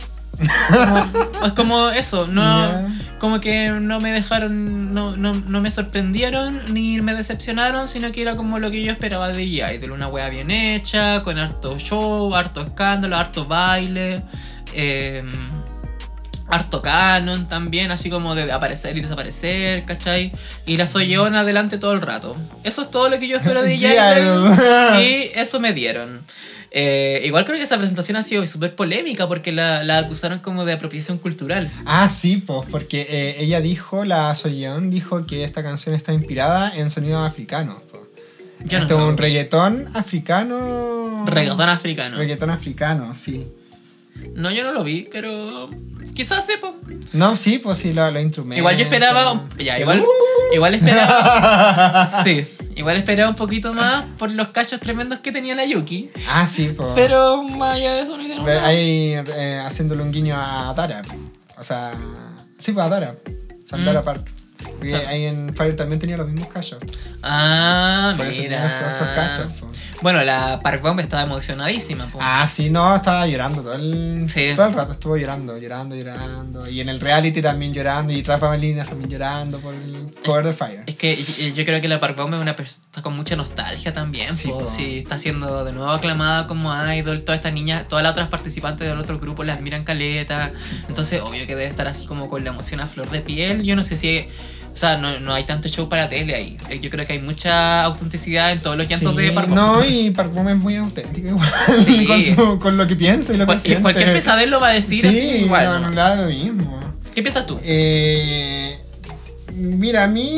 B: Como- es como eso, no,
C: Ya.
B: como que no me dejaron, no, no, no me sorprendieron ni me decepcionaron, sino que era como lo que yo esperaba de G-Idol, una wea bien hecha, con harto show, harto escándalo, harto baile, eh, harto canon también, así como de aparecer y desaparecer, ¿cachai? Y la Soyeon adelante todo el rato. Eso es todo lo que yo espero de G-Idol.
C: G-Idol.
B: y eso me dieron. Eh, igual creo que esa presentación ha sido súper polémica porque la, la acusaron como de apropiación cultural.
C: Ah, sí, pues, porque eh, ella dijo, la Soyeon dijo que esta canción está inspirada en sonidos africanos. po.
B: Yo no
C: Esto es
B: lo
C: un
B: vi.
C: reggaetón africano.
B: Reggaetón africano.
C: Reggaetón africano, sí.
B: No, yo no lo vi, pero quizás sepa.
C: No, sí, pues sí, lo- los instrumentos.
B: Igual yo esperaba. un- Ya, igual,
C: Uh.
B: igual esperaba. sí, igual esperaba un poquito más por los cachos tremendos que tenía la Yuki.
C: Ah, sí, pues.
B: Pero más allá de eso no hicieron
C: Ve-
B: nada.
C: Ahí eh, haciéndole un guiño a Dara. O sea, sí, pues a Dara.
B: Mm.
C: Sandara Park. Porque ahí en Fire también tenía los mismos callos.
B: Ah,
C: Por eso tenía
B: mira.
C: los- esos cachos. po.
B: Bueno, la Park Bomb estaba emocionadísima. po.
C: Ah, sí, no, estaba llorando todo el,
B: Sí.
C: todo el rato. Estuvo llorando, llorando, llorando. Y en el reality también llorando. Y Trapa Melina también llorando por el cover de Fire.
B: Es que y- yo creo que la Park Bomb es una persona con mucha nostalgia también.
C: Sí,
B: po.
C: po.
B: Sí, está siendo de nuevo aclamada como idol. Todas estas niñas, todas las otras participantes del otro grupo la admiran caleta. Entonces, obvio que debe estar así como con la emoción a flor de piel. Yo no sé si. O sea, no, no hay tanto show para tele ahí. Eh, Yo creo que hay mucha autenticidad en todos los llantos
C: Sí,
B: de Park Bomb.
C: no, y Park Bom es muy auténtico igual.
B: Sí.
C: con, su- con lo que piensa y lo que
B: Cual- y
C: siente.
B: cualquier pesadez lo va a decir así
C: Sí,
B: igual.
C: no,
B: ¿no?
C: no le da lo mismo.
B: ¿Qué piensas tú?
C: Eh, mira, a mí.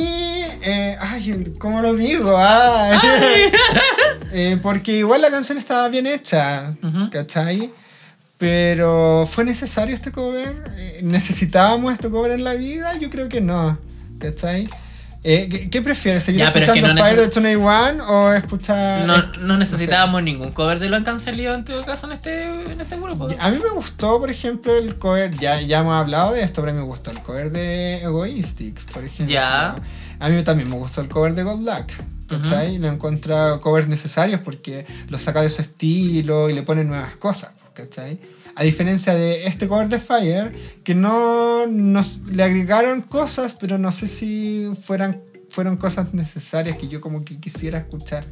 C: eh, ay, ¿cómo lo digo? Ah, eh, porque igual la canción estaba bien hecha,
B: Ujú.
C: ¿cachai? Pero ¿fue necesario este cover? Eh, ¿Necesitábamos este cover en la vida? Yo creo que no, ¿cachai? Eh, ¿qué, qué prefieres? ¿Seguir
B: Ya, pero es que
C: escuchando
B: no
C: Fire
B: neces-
C: de Tonight One o escuchar.? eh,
B: No, no necesitábamos ningún cover de lo han cancelado en todo caso en este, en este grupo.
C: A mí me gustó, por ejemplo, el cover. Ya, ya hemos hablado de esto, pero me gustó el cover de Egoistic, por ejemplo.
B: Ya.
C: A mí también me gustó el cover de God Luck. ¿Cachai? Lo he encontrado covers necesarios porque lo saca de su estilo y le pone nuevas cosas, ¿cachai? A diferencia de este cover de Fire, que no nos, le agregaron cosas, pero no sé si fueran, fueron cosas necesarias que yo como que quisiera escuchar,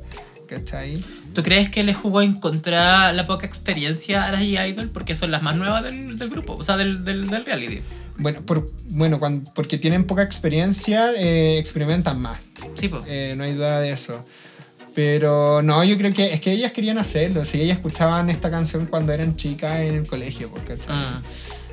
C: ¿cachai?
B: ¿Tú crees que le jugó en contra la poca experiencia a las E-Idol? Porque son las más nuevas del, del grupo, o sea, del, del, del reality.
C: Bueno, por, bueno cuan- porque tienen poca experiencia, eh, experimentan más.
B: Sí, pues.
C: Eh, no hay duda de eso. Pero no, yo creo que es que ellas querían hacerlo. Si ellas escuchaban esta canción cuando eran chicas en el colegio, porque
B: Ah.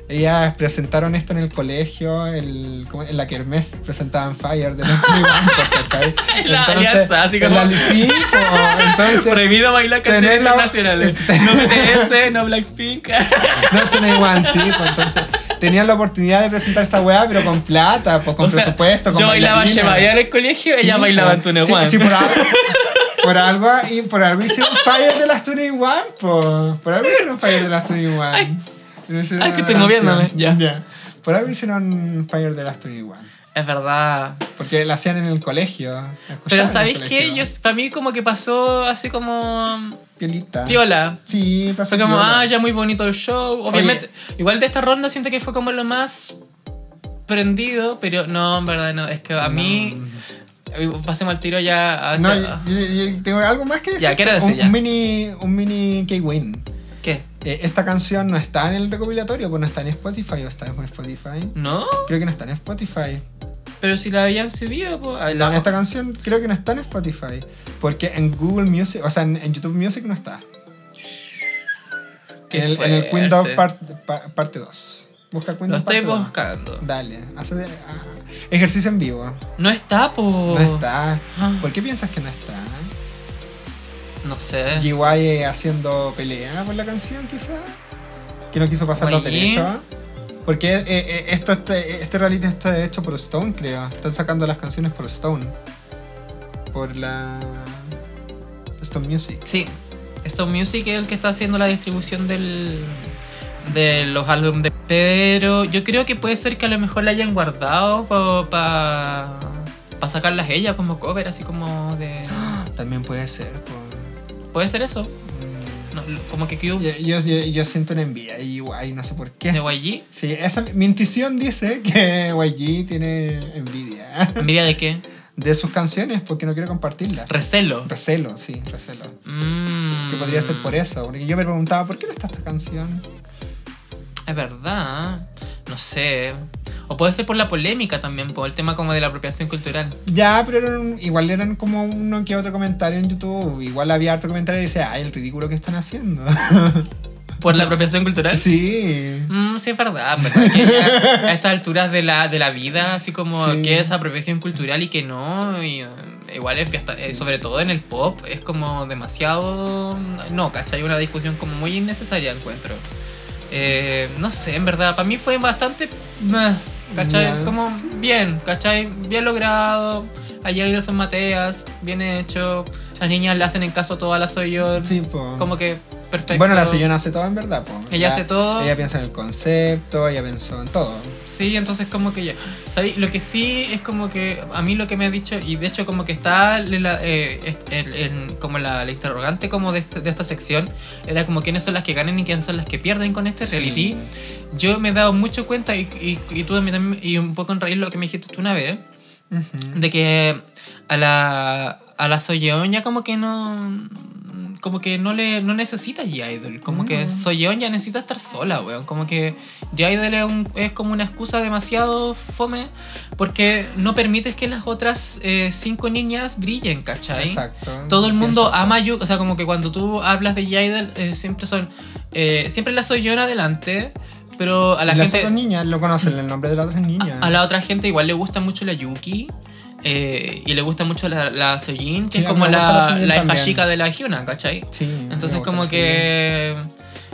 C: ellas presentaron esto en el colegio, el, ¿cómo? en la Kermés presentaban Fire de los ¿cachai?
B: En la alianza, así
C: en
B: como-
C: la sí, po, entonces,
B: Ah. Prohibido bailar
C: canciones tener la-
B: No BTS, no Blackpink.
C: No, Chennai One, sí, pues entonces tenían la oportunidad de presentar esta weá, pero con plata, pues con
B: O sea,
C: presupuesto, con
B: Yo bailaba
C: bailarinas.
B: Shebaya en el colegio, ella
C: Sí,
B: bailaba
C: po.
B: en Tune
C: Sí,
B: One.
C: sí, por algo, por algo, y por algo hicieron fire de las Tune One, po. Por algo hicieron fire de las Tune One. No hicieron
B: ay, que
C: una
B: estoy moviéndome,
C: canción.
B: ya.
C: Por algo hicieron fire de las Tune One.
B: Es verdad.
C: Porque la hacían en el colegio. la escuchaban en
B: Pero
C: el
B: ¿sabéis qué?
C: colegio.
B: Yo, para mí como que pasó así como... um,
C: Piolita.
B: Piola.
C: Sí, pasó
B: Fue como,
C: piola.
B: ah, ya muy bonito el show. Obviamente, igual de esta ronda siento que fue como lo más prendido, pero no, en verdad no. Es que a mí Pasemos al tiro ya a
C: No,
B: esta-
C: y- y- y tengo algo más que decir.
B: Ya, quiero decir,
C: un,
B: ya.
C: un mini, un mini K-Win.
B: ¿Qué?
C: Eh, esta canción no está en el recopilatorio, pues no está en Spotify, o está en Spotify.
B: ¿No?
C: Creo que no está en Spotify.
B: Pero si la habían subido, pues. ah,
C: No,
B: la-
C: esta canción creo que no está en Spotify. Porque en Google Music, o sea, en, en YouTube Music no está.
B: Qué
C: en, el, en el Queen Dog
B: fuerte.
C: part- pa- parte 2. Busca Queen
B: Lo
C: Dog
B: estoy
C: parte dos.
B: buscando.
C: Dale, hace ah, ejercicio en vivo.
B: No está, pues.
C: No está.
B: Ah.
C: ¿Por qué piensas que no está?
B: No sé.
C: GY haciendo pelea por la canción, quizás. Que no quiso pasar los
B: Oye.
C: derechos. Porque eh, eh, esto, este, este reality está hecho por Stone, creo. Están sacando las canciones por Stone. Por la. Stone Music.
B: Sí. Stone Music es el que está haciendo la distribución del. De los álbumes de. Pero yo creo que puede ser que a lo mejor la hayan guardado para. Pa, pa sacarlas ellas como cover, así como de.
C: También puede ser. po.
B: Puede ser eso.
C: Mm.
B: No, lo- como que Cube
C: Yo, yo, yo- yo siento una envidia de YG, no sé por qué.
B: de YG.
C: Sí, esa, mi intuición dice que YG tiene envidia
B: ¿Envidia de qué?
C: de sus canciones porque no quiere compartirlas.
B: Recelo.
C: Recelo, sí, recelo.
B: Mm.
C: Que podría ser por eso, porque yo me preguntaba, ¿por qué no está esta canción?
B: Es verdad. No sé. O puede ser por la polémica también, por el tema como de la apropiación cultural.
C: Ya, pero eran- igual eran como uno que otro comentario en YouTube. Igual había harto comentario y decía, ay, el ridículo que están haciendo.
B: ¿Por la apropiación cultural?
C: sí.
B: Mm, sí, es verdad. ¿verdad? Que ya a estas alturas de la, de la vida, así como
C: Sí.
B: que es apropiación cultural y que no. y, eh, igual es fiesta- eh, sobre todo en el pop, es como demasiado. No, ¿cachai? Una discusión como muy innecesaria, encuentro. Eh, no sé, en verdad, para mí fue bastante. meh, ¿cachai?
C: Ya.
B: Como bien, ¿cachai? Bien logrado. Ayer Wilson Mateas, bien hecho. Las niñas le hacen en caso todo a la Soyor.
C: Sí, po.
B: Mm. Como que perfecto.
C: Bueno, la señora hace todo en verdad, po.
B: Ella hace todo.
C: Ella piensa en el concepto, ella pensó en todo.
B: Sí, entonces como que ya. ¿Sabéis? Lo que sí es como que a mí lo que me ha dicho, y de hecho como que está en la- eh, est- en- en- como la, la interrogante como de, este- de esta sección, era como quiénes son las que ganan y quiénes son las que pierden con este reality. Yo me he dado mucho cuenta, y, y, y tú también, también- y un poco en raíz lo que me dijiste tú una vez,
C: Ujú.
B: de que a la, a la Soyeon ya como que no... Como que no le no necesita G-Idol. Como que
C: No.
B: Soyeon ya necesita estar sola, weón. Como que G-Idol es, un- es como una excusa demasiado fome porque no permites que las otras eh, cinco niñas brillen, ¿cachai?
C: Exacto.
B: Todo el
C: Yo
B: mundo
C: pienso eso.
B: ama a Yu, o sea, como que cuando tú hablas de G-Idol eh, siempre son... eh, siempre la Soyeon adelante, pero a la
C: Y las
B: gente...
C: otras niñas lo conocen, el nombre de las otras niñas.
B: A la otra gente igual le gusta mucho la Yuki. eh, y le gusta mucho la, la Sojin, que
C: Sí,
B: es
C: a mí
B: como
C: me gusta la
B: la,
C: Sojin
B: la hija
C: también.
B: chica de la Hyuna, ¿cachai?
C: Sí, me
B: Entonces
C: gusta
B: como
C: eso.
B: que...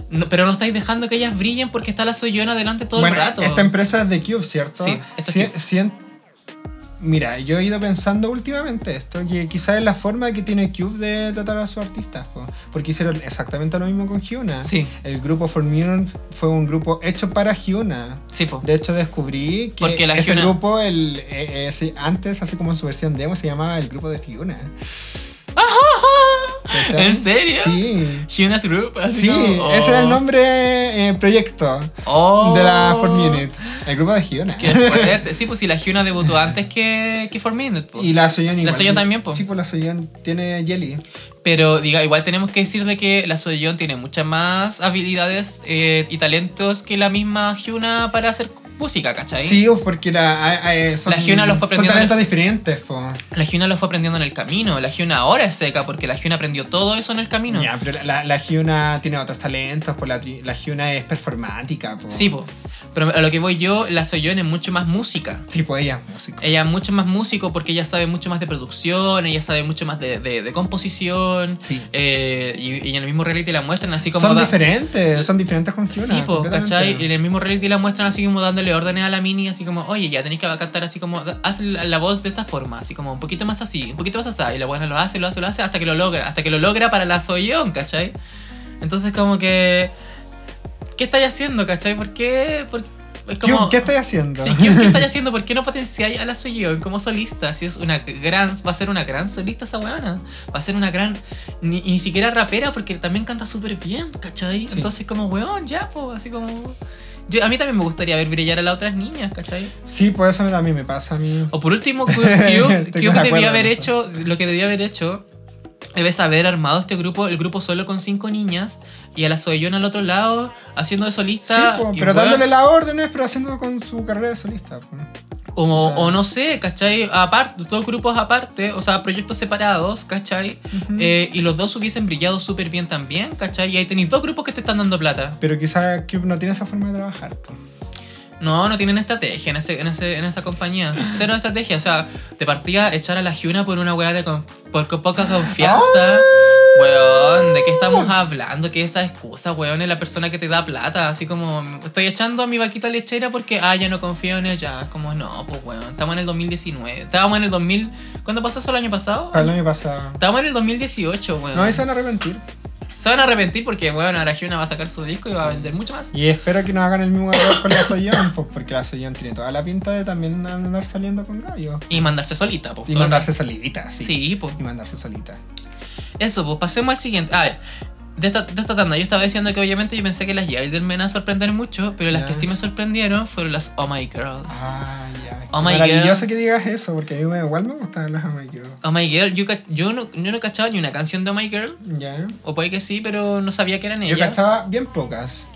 B: no- pero no estáis dejando que ellas brillen porque está la Soyona adelante todo
C: bueno, e-
B: el rato.
C: Esta empresa es de Cube, ¿cierto?
B: Sí, esto es
C: Cien-
B: Cube.
C: cien- Mira, yo he ido pensando últimamente esto, que quizás es la forma que tiene Cube de tratar a sus artistas, po. porque hicieron exactamente lo mismo con Hyuna.
B: Sí,
C: El grupo For Mutant fue un grupo hecho para Hyuna.
B: sí, po.
C: De hecho, descubrí que
B: Porque la
C: ese
B: Hyuna-
C: grupo, el, eh, eh, sí, antes, así como en su versión demo, se llamaba el grupo de Hyuna. ¿Cachai?
B: ¿En serio?
C: Sí.
B: Hyuna's Group, así
C: Sí,
B: como-
C: ese
B: oh,
C: era el nombre eh, proyecto
B: oh,
C: de la For Minute, el grupo de Hyuna.
B: Qué fuerte. Sí, pues si la Hyuna debutó antes que, que For Minute, po.
C: Y la Soyeon igual.
B: Soyeon también, po.
C: Sí, pues la Soyeon tiene Jelly.
B: Pero diga, igual tenemos que decir de que la Soyeon tiene muchas más habilidades eh, y talentos que la misma Hyuna para hacer música, ¿cachai?
C: Sí, pues, porque la, a- a- eh, son,
B: La Hyuna los fue
C: son
B: aprendiendo
C: talentos diferentes, po.
B: La Hyuna lo fue aprendiendo en el camino. La Hyuna ahora es seca porque la Hyuna aprendió todo eso en el camino.
C: Ya, pero la, la Hyuna tiene otros talentos, pues la, tri- la Hyuna es performática, po.
B: Sí, po. Pero a lo que voy yo, la Soyeon es mucho más música.
C: Sí, pues ella es músico.
B: Ella es mucho más músico porque ella sabe mucho más de producción, ella sabe mucho más de, de- de composición.
C: Sí.
B: eh, y, y en el mismo reality la muestran así como...
C: son
B: da-
C: diferentes, son diferentes con Hyuna.
B: Sí, po,
C: completamente.
B: ¿cachai? Y en el mismo reality la muestran así como dándole órdenes a la mini, así como, oye, ya tenéis que cantar así como, da- haz la la voz de esta forma, así como un poquito más así, un poquito más así. Y la buena lo hace, lo hace, lo hace, hasta que lo logra, hasta que lo logra para la Soyón, ¿cachai? Entonces, como que. ¿Qué estáis haciendo, cachai? ¿Por qué? Por- es
C: Cube,
B: como,
C: ¿Qué estáis haciendo?
B: Sí, ¿qué, qué estáis haciendo? ¿Por qué no potenciáis a la Soyeon como solista? Si es una gran, va a ser una gran solista esa weona. Va a ser una gran, ni, ni siquiera rapera porque también canta súper bien, ¿cachai?
C: Sí.
B: Entonces como weón, ya, pues, así como... Yo, a mí también me gustaría ver brillar a las otras niñas, ¿cachai?
C: Sí, pues eso también me pasa a mí.
B: O por último, Cube, Cube-
C: Estoy
B: Cube
C: de acuerdo
B: debía haber
C: en
B: hecho, lo que debía haber hecho, debes haber armado este grupo, el grupo solo con cinco niñas, y a la Soyona al otro lado, haciendo de
C: Sí,
B: solista.
C: pues,
B: y
C: pero
B: weón,
C: dándole las órdenes, pero haciendo con su carrera de solista. pues.
B: o,
C: o sea-
B: o no sé, ¿cachai? Aparte, dos grupos aparte, o sea, proyectos separados, ¿cachai? Eh, y los dos hubiesen brillado súper bien también, ¿cachai? Y ahí tenéis dos grupos que te están dando plata.
C: Pero quizá Cube no tiene esa forma de trabajar. pues.
B: No, no tienen estrategia en, ese- en, ese- en esa compañía. Cero estrategia. O sea, te partía echar a la Hyuna por una weá de con- por co- poca confianza.
C: Ah.
B: Weón, ¿de qué estamos hablando? ¿Qué es esa excusa, weón? Es la persona que te da plata. Así como, estoy echando a mi vaquita lechera porque, ah, ya no confío en ella. Como, no, pues weón, estamos en el 2019. Estábamos en el 2000. ¿Cuándo pasó eso el año pasado?
C: Para el año pasado.
B: Estábamos en el 2018, weón.
C: No, ahí se van a arrepentir.
B: Se van a arrepentir porque, weón, ahora Hyuna va a sacar su disco y va a vender mucho más.
C: Y espero que no hagan el mismo error con la Soyeon, pues, porque la Soyeon tiene toda la pinta de también andar saliendo con gallo.
B: Y mandarse solita, pues.
C: Y mandarse solidita, sí.
B: Sí, pues.
C: Y mandarse solita.
B: Eso, pues pasemos al siguiente. A ver, de esta, de esta tanda, yo estaba diciendo que obviamente yo pensé que las Yaider me iban a sorprender mucho, pero las
C: Ya.
B: que sí me sorprendieron fueron las Oh My Girl.
C: Ah, ya.
B: Oh
C: Qué
B: my
C: Maravilloso
B: God.
C: que digas eso, porque a mí me- igual me gustaban las Oh My Girl.
B: Oh My Girl, yo, ca- yo, no, yo no cachaba ni una canción de Oh My Girl,
C: Ya.
B: o puede que sí, pero no sabía que eran
C: Yo
B: ellas.
C: cachaba bien pocas.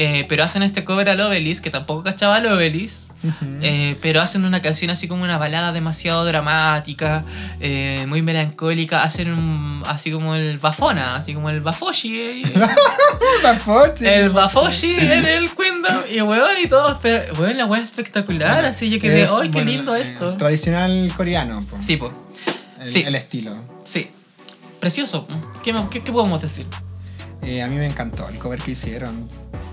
B: Eh, pero hacen este cover al Obelis, que tampoco cachaba al Obelis.
C: Mm.
B: Eh, pero hacen una canción así como una balada demasiado dramática, eh, muy melancólica. Hacen un- así como el Bafona, así como el Bafoshi. eh,
C: Papochi.
B: El Bafoshi en el Kingdom y weón y todo, pero weón la weá es espectacular, así yo quedé,
C: Es,
B: ¡ay, qué
C: bueno,
B: lindo
C: eh,
B: esto!
C: Tradicional coreano, po.
B: Sí, po,
C: El,
B: sí.
C: el estilo.
B: sí. Precioso, ¿qué, más- qué- qué podemos decir?
C: Eh, a mí me encantó el cover que hicieron.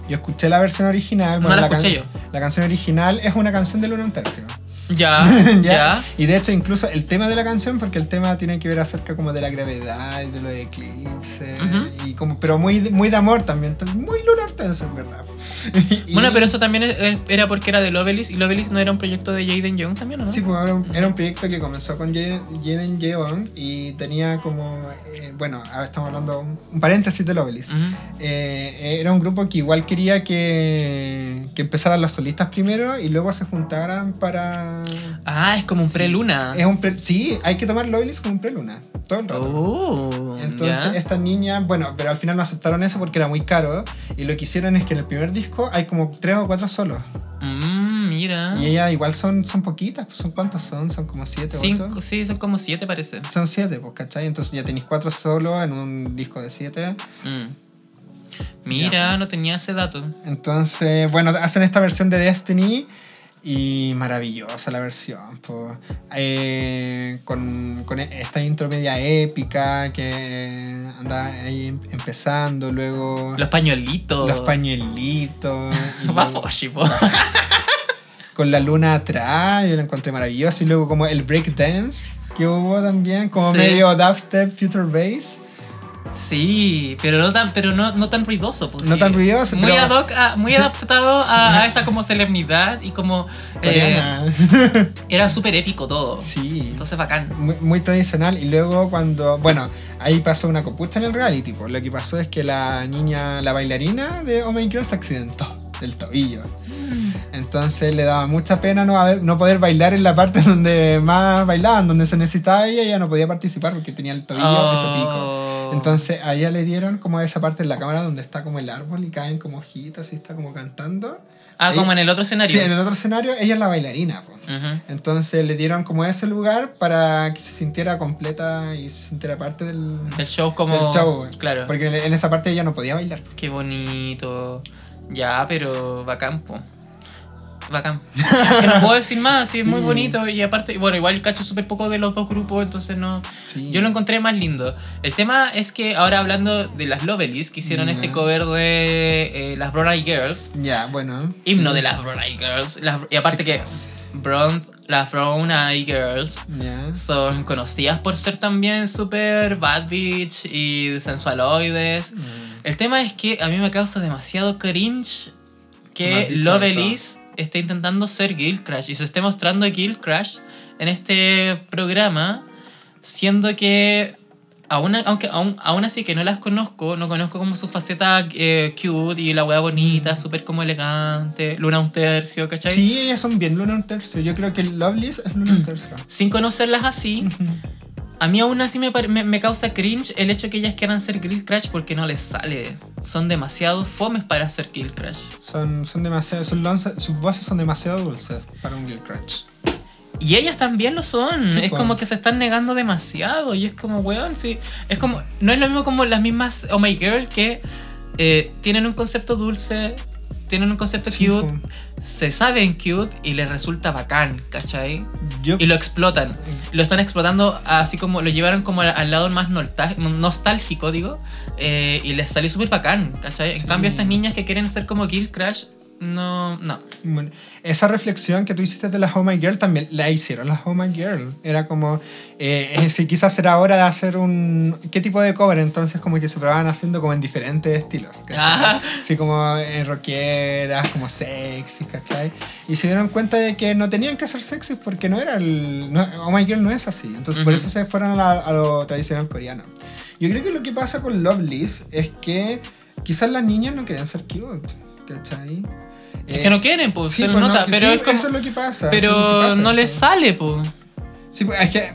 C: Yo escuché la versión original.
B: No la
C: can-
B: escuché yo.
C: La canción original es una canción de Luna un tercio.
B: Ya,
C: ¿Ya?
B: ya,
C: Y de hecho, incluso el tema de la canción, porque el tema tiene que ver acerca como de la gravedad y de los eclipses.
B: Ujú.
C: y como, pero muy, de- muy de amor también. entonces, Muy lunar tenso, en verdad. Y-
B: Bueno, pero eso también es- es- era porque era de Lovelis y Lovelis no era un proyecto de Jaden Young también, ¿o ¿no?
C: Sí, pues, era, un, era un proyecto que comenzó con Ye- Jaden Yeon y tenía como. eh, bueno, ahora estamos hablando. Un, un paréntesis de Lovelis.
B: Ujú.
C: Eh, era un grupo que igual quería que, que empezaran los solistas primero y luego se juntaran para.
B: Ah, es como un pre-luna.
C: Es un pre- sí, hay que tomar Loveless como un preluna, todo el rato.
B: Oh,
C: Entonces,
B: ya.
C: estas niñas, bueno, pero al final no aceptaron eso porque era muy caro. Y lo que hicieron es que en el primer disco hay como tres o cuatro solos.
B: Mm, mira.
C: Y ellas igual son, son poquitas, pues, ¿son cuántos son? Son como siete, ocho.
B: Cinco, sí, son como siete parece.
C: Son siete, pues, ¿cachai? Entonces ya tenéis cuatro solos en un disco de siete.
B: Mm. Mira, no tenía ese dato.
C: Entonces, bueno, hacen esta versión de Destiny y maravillosa la versión. po. Eh, con, con esta intro media épica que anda ahí em- empezando, luego
B: Los pañuelitos.
C: los pañuelitos. y
B: Va
C: luego
B: Foshi, po.
C: con la luna atrás, yo la encontré maravillosa. Y luego como el breakdance que hubo también, como
B: Sí.
C: medio dubstep, future bass.
B: Sí, pero no tan, pero no, no tan ruidoso. Pues,
C: No
B: sí.
C: tan ruidoso,
B: Muy,
C: pero-
B: ad hoc a- muy adaptado a, a esa como solemnidad y como... eh,
C: coreana.
B: era súper épico todo.
C: sí.
B: Entonces bacán.
C: muy, muy tradicional y luego cuando bueno ahí pasó una copucha en el reality pues lo que pasó es que la niña la bailarina de Oh My Girl se accidentó del tobillo
B: Mm.
C: entonces le daba mucha pena no haber- no poder bailar en la parte donde más bailaban donde se necesitaba ella ella no podía participar porque tenía el tobillo hecho pico
B: Oh.
C: entonces a ella le dieron como esa parte en la cámara donde está como el árbol y caen como hojitas y está como cantando
B: Ah,
C: ahí-
B: como en el otro escenario.
C: sí en el otro escenario ella es la bailarina pues.
B: Ujú.
C: Entonces le dieron como ese lugar para que se sintiera completa y se sintiera parte del,
B: Del show como...
C: del show.
B: Claro.
C: Porque en esa parte ella no podía bailar.
B: Qué bonito. Ya, pero bacán, po. Bacán. Que no puedo decir más, sí, es muy
C: Sí.
B: bonito. Y aparte, bueno, igual cacho súper poco de los dos grupos, entonces no.
C: Sí.
B: Yo lo encontré más lindo. El tema es que ahora hablando de las Lovelis, que hicieron
C: Ya.
B: este cover de eh, las Brown Eyed Girls,
C: Ya, bueno.
B: himno
C: Sí.
B: de las Brown Eyed Girls, las- y aparte que
C: Success.
B: Brown, las Brown Eyed Girls
C: Ya.
B: son conocidas por ser también súper bad bitch y sensualoides. El tema es que a mí me causa demasiado cringe
C: Me has
B: que
C: dicho
B: Lovelis esté intentando ser Guild Crash y se esté mostrando Guild Crash en este programa, siendo que aún, aunque, aún, aún así que no las conozco, no conozco como su faceta eh, cute y la weá bonita, súper como elegante, Luna un tercio, ¿cachai?
C: Sí, ellas son bien Luna un tercio. Yo creo que Loveless es Luna un tercio.
B: Sin conocerlas así, a mí aún así me, pare- me, me causa cringe el hecho que ellas quieran ser Guild Crash porque no les sale. Son demasiado fomes para ser Guild Crash.
C: Son, son demasiado, son lanza- sus voces son demasiado dulces para un Girl Crush.
B: Y ellas también lo son.
C: Sí,
B: es
C: po.
B: como que se están negando demasiado. Y es como, weón, sí. Es como. No es lo mismo como las mismas Oh My Girl que eh, tienen un concepto dulce, tienen un concepto
C: Sí,
B: cute,
C: po.
B: se saben cute y les resulta bacán, ¿cachai?
C: Yo,
B: Y lo explotan. Lo están explotando así como. Lo llevaron como al- al lado más nostal- nostálgico, digo. eh, y les salió súper bacán, ¿cachai? En
C: Sí.
B: cambio, estas niñas que quieren ser como Guild Crash, no. No.
C: bueno, esa reflexión que tú hiciste de las Oh My Girl también la hicieron las Oh My Girl. Era como, eh, eh, si quizás era hora de hacer un. ¿Qué tipo de cover? Entonces, como que se probaban haciendo como en diferentes estilos. ¿cachai?
B: Ajá.
C: Así como eh, rockeras, como sexy, ¿cachai? Y se dieron cuenta de que no tenían que ser sexy porque no era el. no- oh My Girl no es así. Entonces, por
B: Ujú.
C: eso se fueron a, la- a lo tradicional coreano. Yo creo que lo que pasa con Loveless es que quizás las niñas no quieren ser cute, ¿cachai?
B: Es
C: Eh,
B: que no quieren, pues,
C: Sí,
B: se les
C: pues, no,
B: nota.
C: que
B: pero
C: sí,
B: es como.
C: eso es lo que pasa.
B: Pero
C: Ah, sí, sí pasa
B: no
C: eso.
B: les sale, pues.
C: Sí, pues, es que.